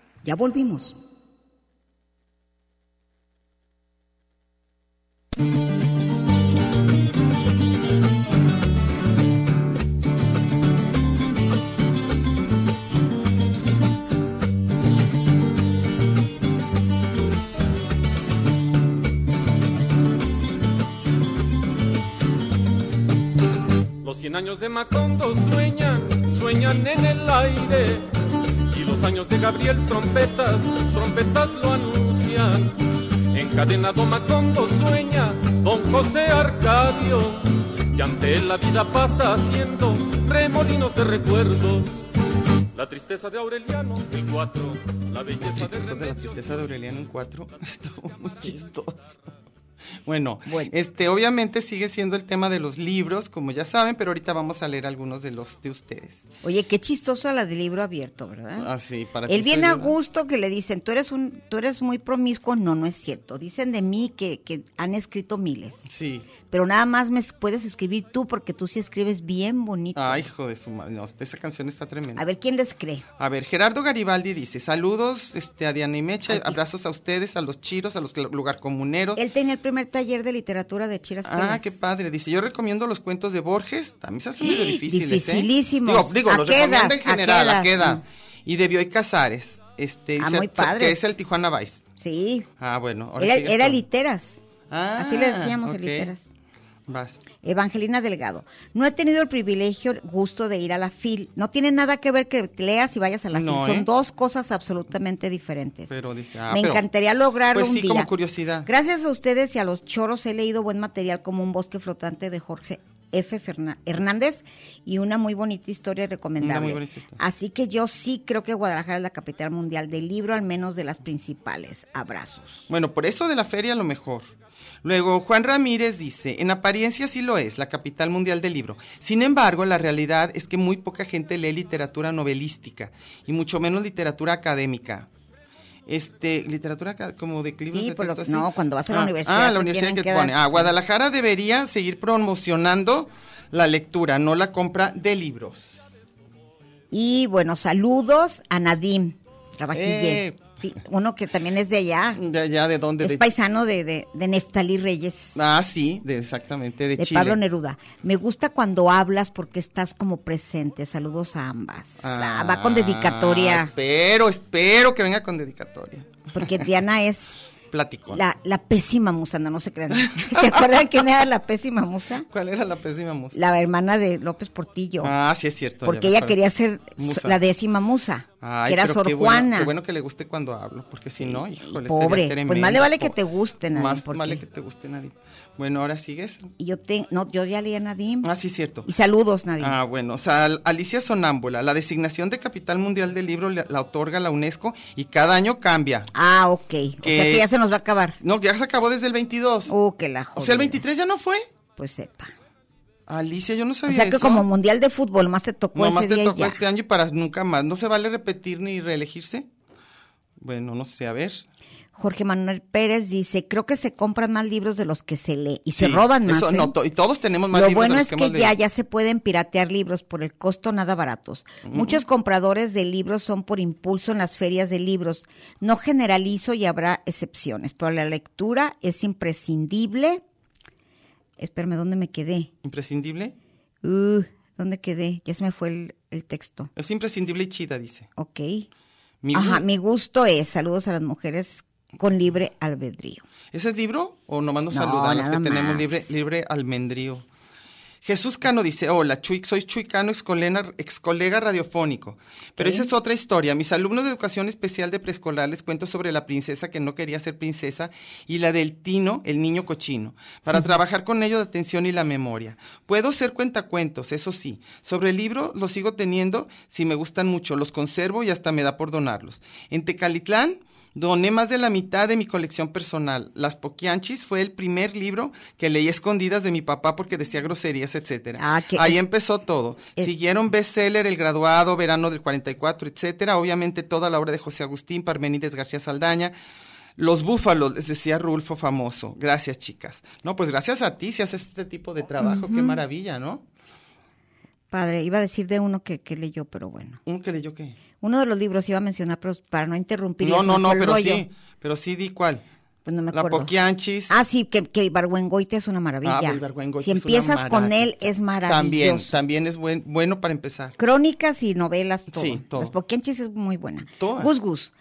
S1: Ya volvimos.
S6: Los cien años de Macondo sueñan, sueñan en el aire. Y los años de Gabriel trompetas, trompetas lo anuncian. Encadenado Macondo sueña, don José Arcadio. Y ante él la vida pasa haciendo remolinos de recuerdos. La tristeza de Aureliano, el cuatro, la belleza de
S3: pues, Eso de la
S6: Remedios.
S3: tristeza de Aureliano en cuatro. Estuvo muy chistoso. Bueno, este obviamente sigue siendo el tema de los libros, como ya saben, pero ahorita vamos a leer algunos de los de ustedes.
S1: Oye, qué chistoso a la de libro abierto,
S7: Ah.
S1: ¿verdad?
S3: Así, Ah, para ti
S1: Él viene
S3: soy
S1: a
S3: una-
S1: gusto que le dicen, tú eres un, tú eres muy promiscuo. No, no es cierto. Dicen de mí que, que han escrito miles.
S3: Sí.
S1: Pero nada más me puedes escribir tú porque tú sí escribes bien bonito.
S3: Ay, hijo de su madre. No, esa canción está tremenda.
S1: A ver, ¿quién les cree?
S3: A ver, Gerardo Garibaldi dice, saludos este, a Diana y Mecha, abrazos a ustedes, a los chiros, a los cl- lugarcomuneros.
S1: Él tenía el primer taller de literatura de Chiras
S3: Ah,
S1: Pelas.
S3: qué padre. Dice, yo recomiendo los cuentos de Borges, también se hacen medio difíciles, ¿eh?
S1: Dificilísimos.
S3: Digo, digo,
S1: ¿A
S3: los
S1: qué edad?
S3: recomiendo en
S1: ¿A qué
S3: general, a
S1: edad?
S3: qué edad.
S1: Mm.
S3: Y de Bioy Casares, este,
S1: Ah,
S3: dice,
S1: muy
S3: se-
S1: padre.
S3: que es el Tijuana Vice.
S1: Sí.
S3: Ah, bueno. ahora
S1: Era,
S3: sigues
S1: era
S3: tú.
S1: literas.
S3: Ah,
S1: Así le decíamos,
S3: ok.
S1: literas.
S3: Vas.
S1: Evangelina Delgado. No he tenido el privilegio, el gusto de ir a la FIL. No tiene nada que ver que leas y vayas a la
S3: No,
S1: FIL. Son
S3: ¿eh?
S1: dos cosas absolutamente diferentes.
S3: Pero dice, ah,
S1: Me
S3: pero-
S1: encantaría lograrlo
S3: Pues sí,
S1: un día.
S3: como curiosidad.
S1: Gracias a ustedes y a los choros he leído buen material como Un bosque flotante de Jorge F. Ferna- Hernández y una muy bonita historia recomendable.
S3: Una muy bonita historia.
S1: Así que yo sí creo que Guadalajara es la capital mundial del libro, al menos de las principales. Abrazos.
S3: Bueno, por eso de la feria lo mejor. Luego, Juan Ramírez dice, en apariencia sí lo es, la capital mundial del libro. Sin embargo, la realidad es que muy poca gente lee literatura novelística y mucho menos literatura académica. Este, literatura ca- como de libros
S1: Sí,
S3: de
S1: por lo
S3: texto,
S1: que- no, cuando vas a la
S3: Ah,
S1: universidad
S3: Ah,
S1: te
S3: la universidad que
S1: tienen
S3: te
S1: que
S3: pone.
S1: dar-
S3: Ah, Guadalajara debería seguir promocionando la lectura, no la compra de libros.
S1: Y bueno, saludos a Nadim Trabajille.
S3: Eh.
S1: Sí, uno que también es de allá.
S3: De allá, ¿de dónde?
S1: Es
S3: De-
S1: paisano de, de, de Neftalí Reyes.
S3: Ah, sí, de- exactamente, de,
S1: de
S3: Chile.
S1: Pablo Neruda. Me gusta cuando hablas porque estás como presente. Saludos a ambas. Ah, va con
S3: Ah,
S1: dedicatoria.
S3: Espero, espero que venga con dedicatoria.
S1: Porque Diana es
S3: Platicón.
S1: la, la pésima musa, no, no se crean. ¿Se acuerdan quién era la pésima musa?
S3: ¿Cuál era la pésima música?
S1: La hermana de López Portillo.
S3: Ah, sí es cierto.
S1: porque
S3: ya me
S1: ella
S3: acuerdo.
S1: quería ser
S3: Musa.
S1: la décima musa,
S3: Ay,
S1: que era
S3: pero
S1: Sor
S3: qué bueno-
S1: Juana.
S3: qué bueno que le guste cuando hablo, porque si no, híjole, sería
S1: Pobre,
S3: tremendo,
S1: pues más le vale que
S3: po-
S1: te guste, Nadim,
S3: Más
S1: porque-
S3: vale que te guste nadie. Bueno, ahora sigues.
S1: Y yo te, no, yo ya leí a Nadim.
S3: Ah, sí es cierto.
S1: Y saludos, Nadim.
S3: Ah, bueno, o sea, al- Alicia Sonámbula, la designación de Capital Mundial del Libro la, la otorga la UNESCO y cada año cambia.
S1: Ah, ok. O sea
S3: Que-
S1: que ya se nos va a acabar.
S3: No, ya se acabó desde el 22.
S1: Uh, que la
S3: o sea,
S1: jodida.
S3: el 23 ya no fue.
S1: Pues sepa.
S3: Alicia, yo no
S1: O
S3: sabía
S1: sea que
S3: eso.
S1: como mundial de fútbol, más te tocó
S3: Nomás
S1: ese
S3: te
S1: día y
S3: tocó
S1: ya.
S3: este año y para nunca más. ¿No se vale repetir ni reelegirse? Bueno, no sé, a ver.
S1: Jorge Manuel Pérez dice, creo que se compran más libros de los que se lee y se
S3: Sí,
S1: roban más.
S3: eso
S1: ¿eh?
S3: no, to- y todos tenemos más
S1: Lo
S3: libros
S1: bueno
S3: de los
S1: es
S3: que,
S1: que,
S3: hemos
S1: ya,
S3: leído.
S1: ya se pueden piratear libros por el costo nada baratos. Muchos compradores de libros son por impulso en las ferias de libros. No generalizo y habrá excepciones, pero la lectura es imprescindible. Espérame, ¿dónde me quedé?
S3: Imprescindible.
S1: Uh, ¿Dónde quedé? Ya se me fue el, el texto.
S3: Es imprescindible y chida, dice.
S1: Ok.
S3: Mi
S1: Ajá,
S3: gu-
S1: mi gusto es saludos a las mujeres con libre albedrío.
S3: ¿Ese es libro? O nomás nos
S1: No,
S3: saludan las que
S1: nada
S3: tenemos
S1: más.
S3: libre, libre almendrío. Jesús Cano dice, hola, Chuy, soy Chuy Cano, ex colega, ex colega radiofónico. Pero esa es otra historia. Mis alumnos de educación especial de preescolar les cuento sobre la princesa que no quería ser princesa y la del Tino, el niño cochino, para trabajar con ellos la atención y la memoria. Puedo ser cuentacuentos, eso sí. Sobre el libro los sigo teniendo si me gustan mucho, los conservo y hasta me da por donarlos. En Tecalitlán... Doné más de la mitad de mi colección personal. Las Poquianchis fue el primer libro que leí a escondidas de mi papá porque decía groserías, etcétera.
S1: Ah, que-
S3: Ahí empezó todo.
S1: Es-
S3: Siguieron bestseller, El Graduado, Verano del 44, etcétera. Obviamente toda la obra de José Agustín, Parmenides García Saldaña. Los búfalos, les decía Rulfo famoso. Gracias, chicas. No, pues gracias a ti si haces este tipo de trabajo. Qué maravilla, ¿no?
S1: Padre, iba a decir de uno que, que leyó, pero bueno.
S3: ¿Un que leyó qué?
S1: Uno de los libros iba a mencionar, pero para no interrumpir. y
S3: No,
S1: se
S3: no,
S1: me
S3: no,
S1: fue el
S3: pero
S1: rollo.
S3: sí. Pero sí di cuál.
S1: Pues no me
S3: La
S1: acuerdo.
S3: Poquianchis.
S1: Ah, sí, que, que Ibargüengoite es una maravilla.
S3: Ah, Ibargüengoitia
S1: si
S3: es una
S1: empiezas con él,
S3: maravilla.
S1: es maravilloso.
S3: También, también es buen- bueno para empezar.
S1: Crónicas y novelas, todo.
S3: Sí, todo.
S1: Las Poquianchis es muy buena.
S3: Todas.
S1: Gus Gus.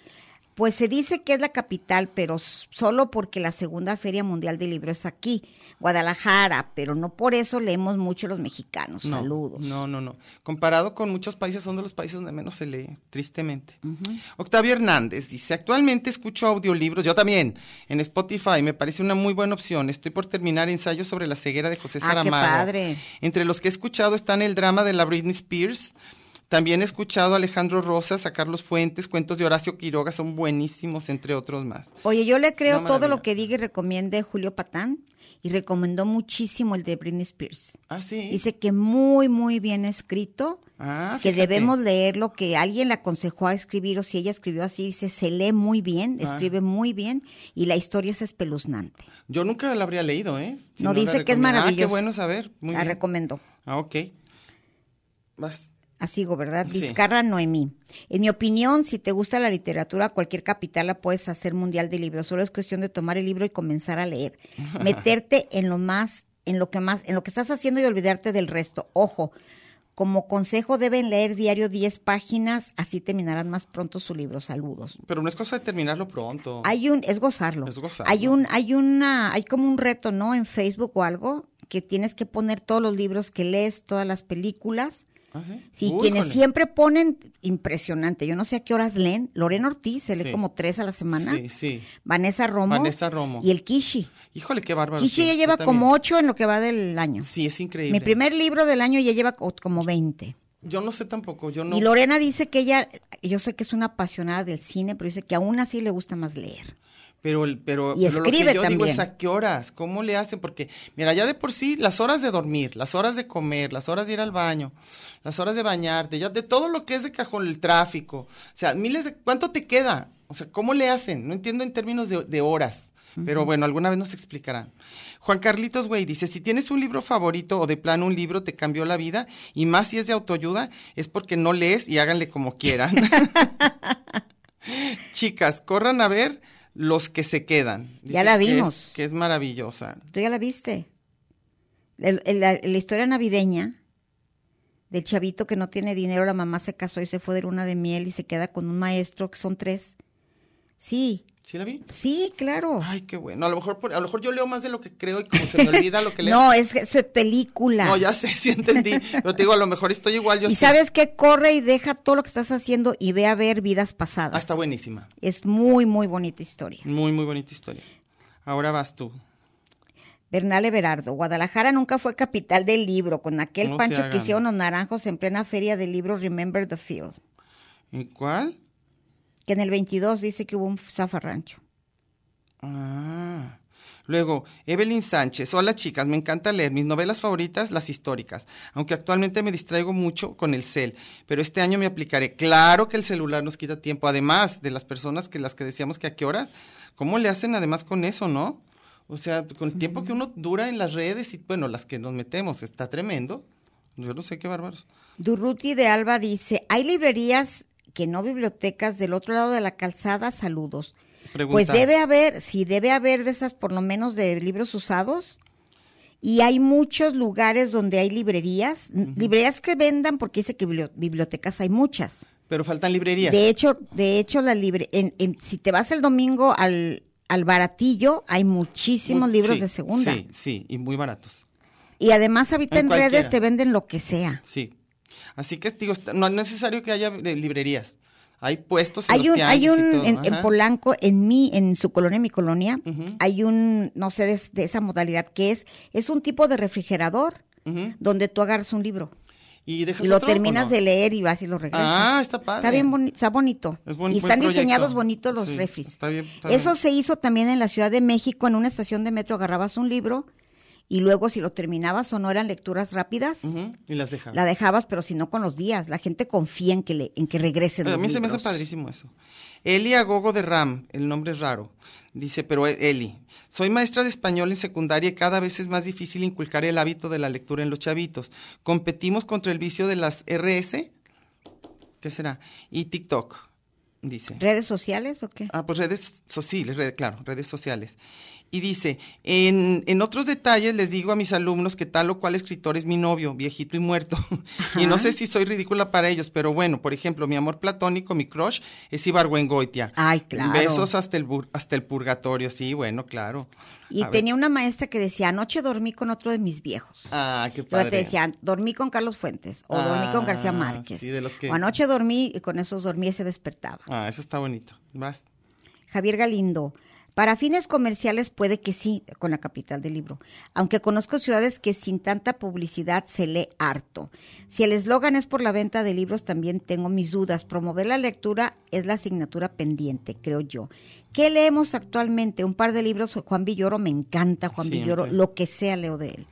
S1: Pues se dice que es la capital, pero s- solo porque la segunda Feria Mundial del Libro es aquí, Guadalajara, pero no por eso leemos mucho los mexicanos.
S3: No,
S1: Saludos.
S3: No, no, no. Comparado con muchos países, son de los países donde menos se lee, tristemente. Octavio Hernández dice, actualmente escucho audiolibros, yo también, en Spotify, me parece una muy buena opción. Estoy por terminar ensayos sobre la ceguera de José
S1: Ah, qué
S3: Saramago.
S1: padre.
S3: Entre los que he escuchado están el drama de la Britney Spears. También he escuchado a Alejandro Rosas, a Carlos Fuentes, cuentos de Horacio Quiroga, son buenísimos, entre otros más.
S1: Oye, yo le creo
S3: Una
S1: todo
S3: maravilla.
S1: lo que diga y recomiende Julio Patán y recomendó muchísimo el de Britney Spears.
S3: Ah, sí.
S1: Dice que muy, muy bien escrito,
S3: Ah,
S1: que
S3: fíjate.
S1: debemos leerlo, que alguien le aconsejó a escribir o si ella escribió así, dice, se lee muy bien,
S3: Ah.
S1: escribe muy bien y la historia es espeluznante.
S3: Yo nunca la habría leído, ¿eh? Si
S1: No,
S3: la
S1: dice que es
S3: recomienda. Ah, qué
S1: maravilloso.
S3: bueno saber. Muy
S1: la
S3: bien.
S1: recomiendo.
S3: Ah, ok. Vas.
S1: Así, ¿verdad?
S3: Sí.
S1: Vizcarra Noemí. En mi opinión, si te gusta la literatura, cualquier capital la puedes hacer mundial de libros. Solo es cuestión de tomar el libro y comenzar a leer. Meterte en lo más, en lo que más, en lo que estás haciendo y olvidarte del resto. Ojo, como consejo deben leer diario 10 páginas, así terminarán más pronto su libro. Saludos.
S3: Pero no es cosa de terminarlo pronto.
S1: Hay un, es gozarlo.
S3: Es gozarlo.
S1: Hay un, hay una, hay como un reto, ¿no? En Facebook o algo, que tienes que poner todos los libros que lees, todas las películas,
S3: ¿Ah, sí?
S1: Sí,
S3: Uy,
S1: quienes
S3: híjole.
S1: siempre ponen, impresionante, yo no sé a qué horas leen, Lorena Ortiz, se lee
S3: Sí.
S1: como tres a la semana,
S3: Sí, sí.
S1: Vanessa Romo
S3: Vanessa Romo.
S1: y el Kishi.
S3: Híjole, qué bárbaro.
S1: Kishi
S3: sí,
S1: ya
S3: yo
S1: lleva
S3: también.
S1: como ocho en lo que va del año.
S3: Sí, es increíble.
S1: Mi primer libro del año ya lleva co- como 20.
S3: Yo no sé tampoco, yo no.
S1: Y Lorena dice que ella, yo sé que es una apasionada del cine, pero dice que aún así le gusta más leer.
S3: Pero, el- pero,
S1: Y
S3: pero lo que yo
S1: escribe
S3: digo es
S1: también.
S3: a qué horas, cómo le hacen, porque mira, ya de por sí las horas de dormir, las horas de comer, las horas de ir al baño, las horas de bañarte, ya de todo lo que es de cajón, el tráfico, o sea, miles de, ¿cuánto te queda? O sea, ¿cómo le hacen? No entiendo en términos de, de horas, pero bueno, alguna vez nos explicarán. Juan Carlitos Güey dice, si tienes un libro favorito o de plano un libro te cambió la vida, y más si es de autoayuda, es porque no lees y háganle como quieran. Chicas, corran a ver los que se quedan.
S1: Ya la
S3: que es- Que
S1: vimos.
S3: es, maravillosa.
S1: ¿Tú ya la viste? El- el- la, la historia navideña del chavito que no tiene dinero, la mamá se casó y se fue de luna de miel y se queda con un maestro, que son tres. Sí,
S3: ¿Sí la vi?
S1: sí, claro.
S3: Ay, qué bueno. A lo mejor, por- a lo mejor yo leo más de lo que creo y como se me olvida lo que leo.
S1: No, es, que es película.
S3: No, ya sé, sí entendí. Pero te digo, a lo mejor estoy igual yo.
S1: y
S3: sí.
S1: sabes que corre y deja todo lo que estás haciendo y ve a ver vidas pasadas.
S3: Ah, está buenísima.
S1: Es muy, muy bonita historia.
S3: Muy, muy bonita historia. Ahora vas tú.
S1: Bernal Everardo, Guadalajara nunca fue capital del libro, con aquel
S3: No se
S1: pancho que
S3: hagan.
S1: hicieron los naranjos en plena feria del libro Remember the Field,
S3: ¿En cuál?
S1: que en el 22 dice que hubo un zafarrancho.
S3: Ah. Luego, Evelyn Sánchez. Hola chicas, me encanta leer. Mis novelas favoritas, las históricas. Aunque actualmente me distraigo mucho con el cel. Pero este año me aplicaré. Claro que el celular nos quita tiempo. Además de las personas que las que decíamos que a qué horas. ¿Cómo le hacen además con eso, no? O sea, con el tiempo que uno dura en las redes y, bueno, las que nos metemos. Está tremendo. Yo no sé qué bárbaros.
S1: Durruti de Alba dice, hay librerías que no bibliotecas del otro lado de la calzada, saludos. Pues
S3: Pregunta.
S1: debe haber, sí, debe haber de esas por lo menos de libros usados. Y hay muchos lugares donde hay librerías, n- librerías que vendan, porque dice que biblio- bibliotecas hay muchas.
S3: Pero faltan librerías.
S1: De hecho, de hecho la libre, en, en- si te vas el domingo al, al baratillo, hay muchísimos
S3: Muy-
S1: libros
S3: sí,
S1: de segunda.
S3: Sí, sí, y muy baratos.
S1: Y además ahorita
S3: En
S1: en, redes
S3: cualquiera.
S1: te venden lo que sea.
S3: Sí. Así que digo, está- no es necesario que haya eh, librerías. Hay puestos en
S1: Hay
S3: los
S1: un, hay
S3: tianguis y
S1: un
S3: todo,
S1: en, en
S3: ajá.
S1: Polanco, en mi, en su colonia, en mi colonia,
S3: Ujú.
S1: hay un, no sé, de, de esa modalidad que es, es un tipo de refrigerador
S3: Ujú.
S1: donde tú agarras un libro
S3: Y dejas
S1: y lo
S3: otro o
S1: terminas
S3: no?
S1: de leer y vas y lo regresas.
S3: Ah, está padre.
S1: Está bien bonito, está bonito.
S3: Es buen-
S1: y
S3: buen
S1: están
S3: proyecto.
S1: diseñados bonitos los
S3: Sí,
S1: refris.
S3: está bien, está
S1: Eso
S3: bien.
S1: se hizo también en la Ciudad de México, en una estación de metro agarrabas un libro y luego si lo terminabas o no eran lecturas rápidas,
S3: Ujú, Y las dejas.
S1: la dejabas, pero si no con los días. La gente confía en que, le, en que regresen
S3: Pero a
S1: los
S3: mí se me hace
S1: libros.
S3: padrísimo eso. Eli Agogo de Ram, el nombre es raro. Dice, pero e- Eli, soy maestra de español en secundaria y cada vez es más difícil inculcar el hábito de la lectura en los chavitos. Competimos contra el vicio de las RS, ¿qué será? Y TikTok, dice.
S1: ¿Redes sociales o qué?
S3: Ah, pues redes sociales, red- claro, redes sociales. Y dice, en, en otros detalles les digo a mis alumnos que tal o cual escritor es mi novio, viejito y muerto. y no sé si soy ridícula para ellos, pero bueno, por ejemplo, mi amor platónico, mi crush, es Ibargüengoitia.
S1: Ay, claro.
S3: Besos hasta el, bur- hasta el purgatorio, sí, bueno, claro.
S1: Y
S3: A ver.
S1: tenía una maestra que decía, anoche dormí con otro de mis viejos.
S3: Ah, qué
S1: Luego te
S3: padre.
S1: decían, dormí con Carlos Fuentes o dormí con García
S3: Ah,
S1: Márquez.
S3: sí, de los que-
S1: O anoche dormí y con esos dormí y se despertaba.
S3: Ah, eso está bonito. Vas.
S1: Javier Galindo. Para fines comerciales puede que sí, con la capital del libro, aunque conozco ciudades que sin tanta publicidad se lee harto. Si el eslogan es por la venta de libros, también tengo mis dudas. Promover la lectura es la asignatura pendiente, creo yo. ¿Qué leemos actualmente? Un par de libros, Juan Villoro, me encanta Juan
S3: Siempre.
S1: Villoro, lo que sea leo de él.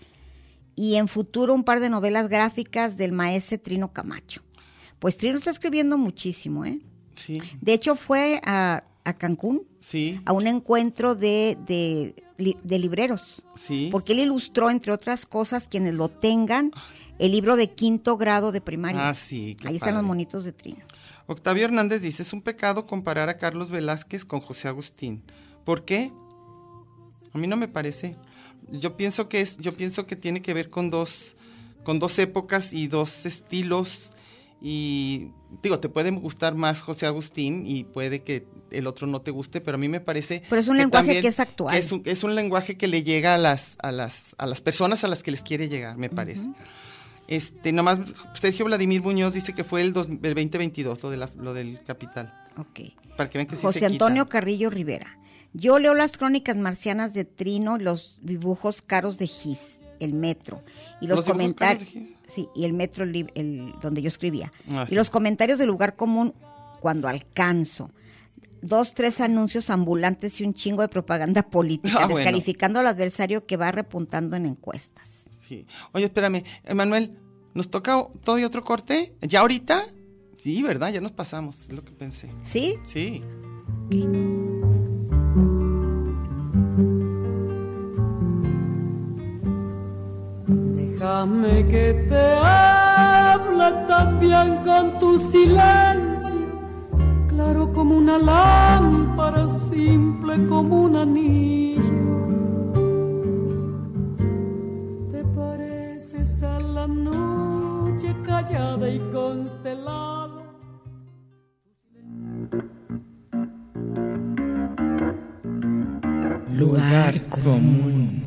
S1: Y en futuro un par de novelas gráficas del maestro Trino Camacho. Pues Trino está escribiendo muchísimo, ¿eh?
S3: Sí,
S1: De hecho, fue a, a Cancún
S3: sí,
S1: a un encuentro de, de, li- de libreros,
S3: sí.
S1: porque él ilustró, entre otras cosas, quienes lo tengan, el libro de quinto grado de primaria.
S3: Ah, sí, qué
S1: Ahí están los
S3: padre.
S1: monitos de Trino.
S3: Octavio Hernández dice, es un pecado comparar a Carlos Velázquez con José Agustín. ¿Por qué? A mí no me parece. Yo pienso que es, yo pienso que tiene que ver con dos, con dos épocas y dos estilos. Y digo, te puede gustar más José Agustín y puede que el otro no te guste, pero a mí me parece.
S1: Pero es un lenguaje
S3: también-
S1: que es actual.
S3: es, un, es un lenguaje que le llega a las, a las, a las personas a las que les quiere llegar, me parece. Este, nomás Sergio Vladimir Muñoz dice que fue el, dos- el 2022 lo, de la- lo del capital.
S1: Ok.
S3: Para que vean que sí
S1: José
S3: se quita.
S1: Antonio Carrillo Rivera. Yo leo las crónicas marcianas de Trino, los dibujos caros de Gis, el metro y los,
S3: ¿Los dibujos
S1: comentarios.
S3: caros de Gis?
S1: Sí, y el metro lib- el, donde yo escribía.
S3: Ah,
S1: y
S3: sí.
S1: los comentarios del lugar común cuando alcanzo. Dos, tres anuncios ambulantes y un chingo de propaganda política,
S3: Ah, bueno.
S1: descalificando al adversario que va repuntando en encuestas.
S3: Sí. Oye, espérame, Emanuel, ¿nos toca o- todavía otro corte? ¿Ya ahorita? Sí, ¿verdad? Ya nos pasamos, es lo que pensé.
S1: ¿Sí?
S3: Sí.
S4: Déjame que te hable también con tu silencio, claro como una lámpara, simple como un anillo. Te pareces a la noche callada y constelada.
S7: Lugar común.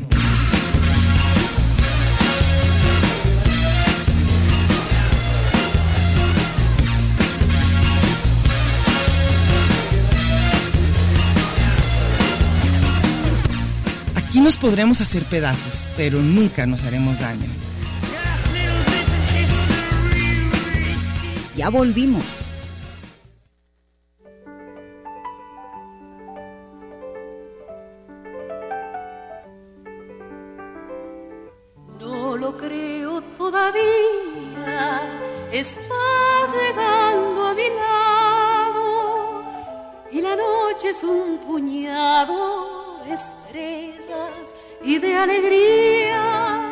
S7: Aquí nos podremos hacer pedazos, pero nunca nos haremos daño.
S1: Ya volvimos.
S8: No lo creo todavía, estás llegando a mi lado y la noche es un puñado de estrellas y de alegría.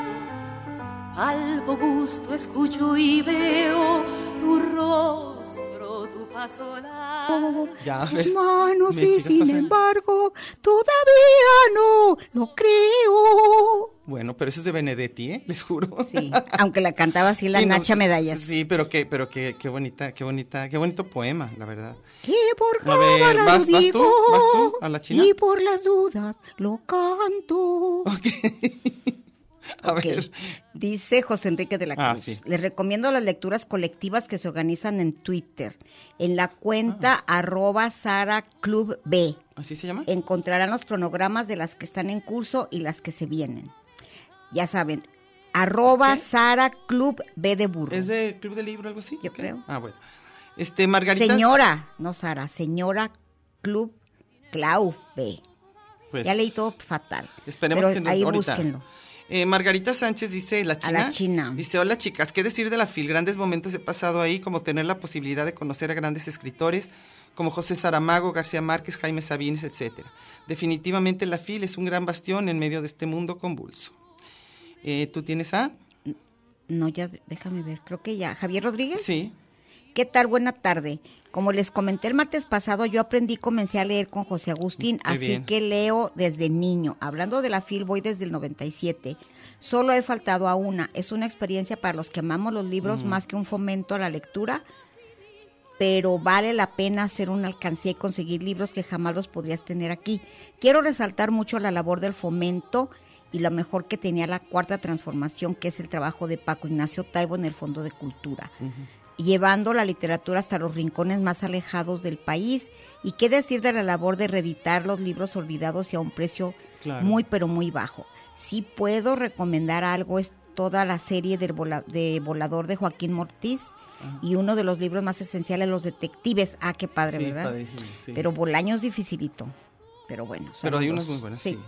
S8: Palpo gusto, escucho y veo tu rostro, tu paso largo.
S3: Ya,
S1: Tus
S3: ¿ves?
S1: manos
S3: Me
S1: y
S3: chicas
S1: sin
S3: pasar.
S1: embargo todavía no lo creo.
S3: Bueno, pero eso es de Benedetti, ¿eh? Les juro.
S1: Sí, aunque la cantaba así la
S3: Y nos-
S1: Nacha Medallas.
S3: Sí, pero qué, pero qué, qué bonita, qué bonita, qué bonito poema, la verdad.
S1: Que por
S3: A ver,
S1: cábala
S3: ¿vas- vas
S1: lo
S3: tú?
S1: digo
S3: ¿Vas tú a la China?
S1: y por las dudas lo canto.
S3: A
S1: Ok.
S3: ver.
S1: Dice José Enrique de la Cruz.
S3: Ah, sí.
S1: Les recomiendo las lecturas colectivas que se organizan en Twitter. En la cuenta
S3: Ah.
S1: arroba Sara Club B.
S3: ¿Así se llama?
S1: encontrarán los cronogramas de las que están en curso y las que se vienen. Ya saben, arroba Sara Club B de Burro.
S3: ¿Es de Club del Libro algo así?
S1: Yo
S3: Ok.
S1: creo.
S3: Ah, bueno. Este, Margarita.
S1: Señora, no Sara, señora Club Clau B.
S3: pues,
S1: ya leí todo fatal.
S3: Esperemos
S1: pero
S3: que nos
S1: ahí
S3: ahorita.
S1: búsquenlo.
S3: Eh, Margarita Sánchez dice la
S1: A
S3: China.
S1: la China.
S3: Dice, hola chicas, ¿qué decir de la FIL? Grandes momentos he pasado ahí, como tener la posibilidad de conocer a grandes escritores como José Saramago, García Márquez, Jaime Sabines, etcétera. Definitivamente la FIL es un gran bastión en medio de este mundo convulso. Eh, ¿Tú tienes a?
S1: No, ya déjame ver, creo que ya. Javier Rodríguez.
S3: Sí.
S1: ¿Qué tal? Buena tarde. Como les comenté el martes pasado, yo aprendí y comencé a leer con José Agustín,
S3: Muy
S1: así
S3: bien.
S1: que leo desde niño. Hablando de la FIL, voy desde el 97. Solo he faltado a una. Es una experiencia para los que amamos los
S3: Mm.
S1: libros más que un fomento a la lectura, pero vale la pena hacer una alcancía y conseguir libros que jamás los podrías tener aquí. Quiero resaltar mucho la labor del fomento y lo mejor que tenía la cuarta transformación, que es el trabajo de Paco Ignacio Taibo en el Fondo de
S3: Mm.
S1: Cultura llevando la literatura hasta los rincones más alejados del país. Y qué decir de la labor de reeditar los libros olvidados y a un precio
S3: Claro.
S1: muy, pero muy bajo. Si puedo recomendar algo, es toda la serie del vola- de Volador de Joaquín Mortiz y uno de los libros más esenciales, Los Detectives. Ah, qué padre,
S3: Sí,
S1: ¿verdad?
S3: padrísimo, sí.
S1: Pero Bolaños dificilito. Pero bueno.
S3: Pero hay
S1: saludos.
S3: unas muy buenas, sí.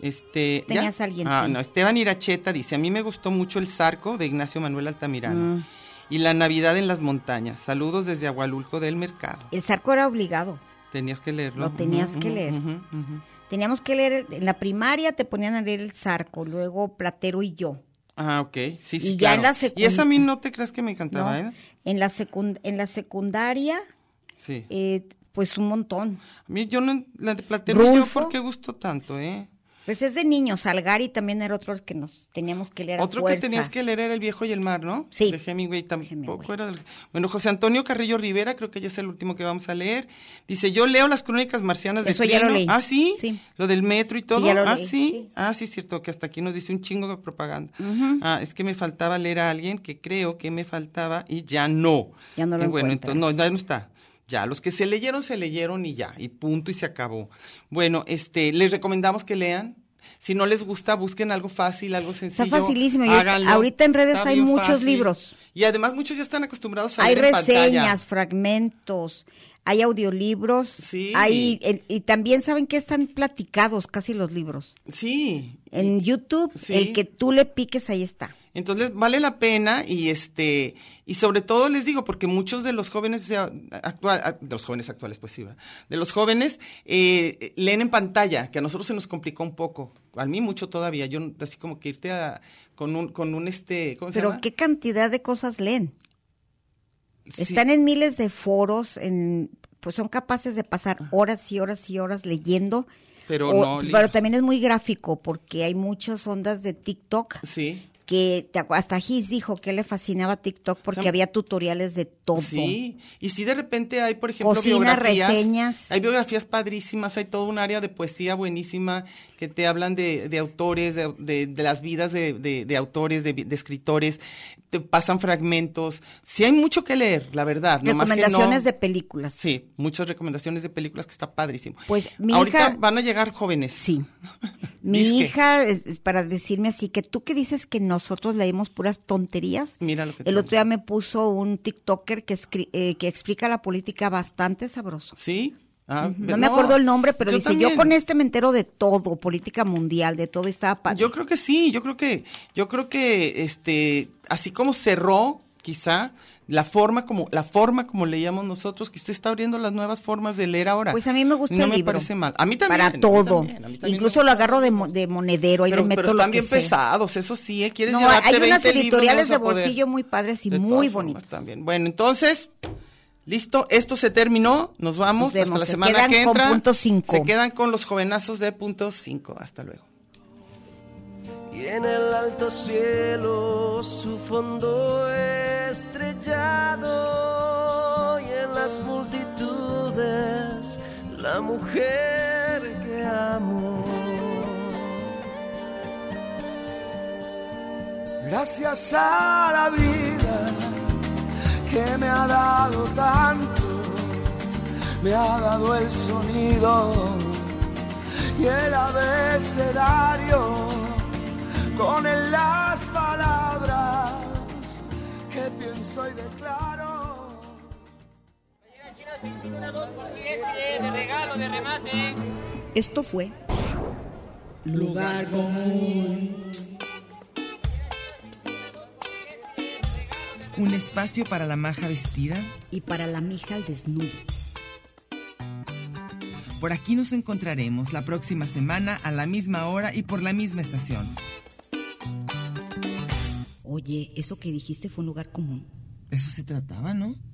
S3: Este, ¿ya?
S1: Tenías a alguien,
S3: Ah,
S1: sí.
S3: no, Esteban Iracheta dice, a mí me gustó mucho El Zarco de Ignacio Manuel Altamirano
S1: Mm.
S3: y La Navidad en las Montañas. Saludos desde Agualulco del Mercado.
S1: El Zarco era obligado.
S3: Tenías que leerlo.
S1: Lo tenías que leer.
S3: ujú, ujú.
S1: Teníamos que leer, el- en la primaria te ponían a leer El Zarco, luego Platero y yo.
S3: Ah, ok. Sí, sí,
S1: Y ya en
S3: claro.
S1: la
S3: Y esa a
S1: secund-
S3: mí no te creas que me
S1: ¿no?
S3: encantaba, ¿eh?
S1: En, la secund- en la secundaria,
S3: Sí.
S1: eh, pues un montón.
S3: A mí yo no, la de Platero, yo
S1: Rulfo.
S3: por qué gusto tanto, ¿eh?
S1: Pues es de niños, Algari también era otro que nos teníamos que leer a
S3: Otro que
S1: fuerzas.
S3: tenías que leer era El viejo y el mar, ¿no?
S1: Sí.
S3: De Hemingway tampoco
S1: Hemingway.
S3: era del... Bueno, José Antonio Carrillo Rivera, creo que ya es el último que vamos a leer. Dice, yo leo las crónicas marcianas de
S1: Eso ya lo leí.
S3: Ah, ¿sí?
S1: Sí.
S3: Lo del metro y todo.
S1: ya lo
S3: ah,
S1: leí,
S3: sí.
S1: sí.
S3: Ah, sí, es cierto, que hasta aquí nos dice un chingo de propaganda. Ah, es que me faltaba leer a alguien que creo que me faltaba y ya no.
S1: Ya no lo
S3: Y bueno,
S1: encuentras.
S3: entonces, no, ya no está. Ya, los que se leyeron, se leyeron y ya, y punto, y se acabó. Bueno, este, les recomendamos que lean. Si no les gusta, busquen algo fácil, algo sencillo.
S1: facilísimo, y ahorita- ahorita en redes
S3: Está
S1: hay
S3: bien
S1: muchos libros.
S3: Y además muchos ya están acostumbrados a
S1: Hay
S3: leer en pantalla.
S1: reseñas, fragmentos, hay audiolibros,
S3: Sí.
S1: hay el- y también saben que están platicados casi los libros.
S3: Sí.
S1: En YouTube,
S3: sí.
S1: el que tú le piques ahí está.
S3: Entonces vale la pena y este y sobre todo les digo porque muchos de los jóvenes de a- actual a- de los jóvenes actuales pues sí ¿verdad? de los jóvenes eh, eh, leen en pantalla que a nosotros se nos complicó un poco a mí mucho todavía yo no- así como que irte a, con un con un este ¿cómo se
S1: Pero
S3: llama?
S1: qué cantidad de cosas leen.
S3: Sí.
S1: Están en miles de foros, en pues son capaces de pasar horas y horas y horas leyendo.
S3: pero
S1: O- pues,
S3: no
S1: pero
S3: libros.
S1: también es muy gráfico porque hay muchas ondas de TikTok
S3: sí
S1: que te acu- hasta Giz dijo que le fascinaba TikTok porque
S3: Sam-
S1: había tutoriales de todo.
S3: Sí, y si de repente hay, por ejemplo,
S1: Cocina,
S3: biografías,
S1: reseñas.
S3: hay biografías padrísimas, hay todo un área de poesía buenísima que te hablan de, de autores, de, de- de las vidas de, de- de autores, de, vi- de escritores, te pasan fragmentos. Sí hay mucho que leer, la verdad. nomás que no-
S1: Recomendaciones de películas.
S3: Sí, muchas recomendaciones de películas que está padrísimo.
S1: Pues, mi
S3: Ahorita
S1: hija-
S3: van a llegar jóvenes.
S1: Sí. Mi
S3: Disque.
S1: hija, es- es para decirme así, que tú que dices que nosotros leímos puras tonterías.
S3: Mira lo que
S1: El
S3: te-
S1: otro día me puso un TikToker que, escri- eh, que explica la política bastante sabroso.
S3: Sí. Ah,
S1: No, me acuerdo el nombre, pero dice, yo
S3: también.
S1: con este me entero de todo, política mundial, de todo, y estaba padre.
S3: Yo creo que sí, yo creo que, yo creo que este, así como cerró, quizá, la forma como, la forma como leíamos nosotros, que usted está abriendo las nuevas formas de leer ahora.
S1: Pues a mí me gusta
S3: No
S1: el
S3: me
S1: libro.
S3: parece mal. A mí también. a
S1: Para
S3: mí
S1: todo.
S3: también, a mí también
S1: Incluso
S3: me
S1: lo
S3: gusta.
S1: agarro de, mo- de monedero, ahí
S3: Pero,
S1: le meto
S3: pero
S1: lo
S3: están
S1: que
S3: bien
S1: sé.
S3: pesados, eso sí, ¿eh? Quieres
S1: No,
S3: llevarte
S1: hay unas
S3: 20 libros, no
S1: editoriales
S3: vas
S1: de
S3: a poder.
S1: bolsillo muy padres y
S3: De
S1: muy
S3: todas formas,
S1: bonitas.
S3: También. Bueno, entonces, listo, esto se terminó, nos
S1: Nos
S3: vamos hasta
S1: vemos,
S3: la
S1: se
S3: semana
S1: quedan
S3: que
S1: con
S3: entra.
S1: punto cinco.
S3: Se quedan con los jovenazos de punto 5. Hasta luego.
S4: y en el alto cielo su fondo estrellado y en las multitudes la mujer que amo.
S2: Gracias a la vida que me ha dado tanto, me ha dado el sonido y el abecedario con él las palabras que pienso y declaro.
S1: Esto fue
S7: Lugar común. Un espacio para la maja vestida.
S1: Y para la mija al desnudo.
S7: Por aquí nos encontraremos la próxima semana a la misma hora y por la misma estación.
S1: Oye, eso que dijiste fue un lugar común.
S7: De eso se trataba, ¿no?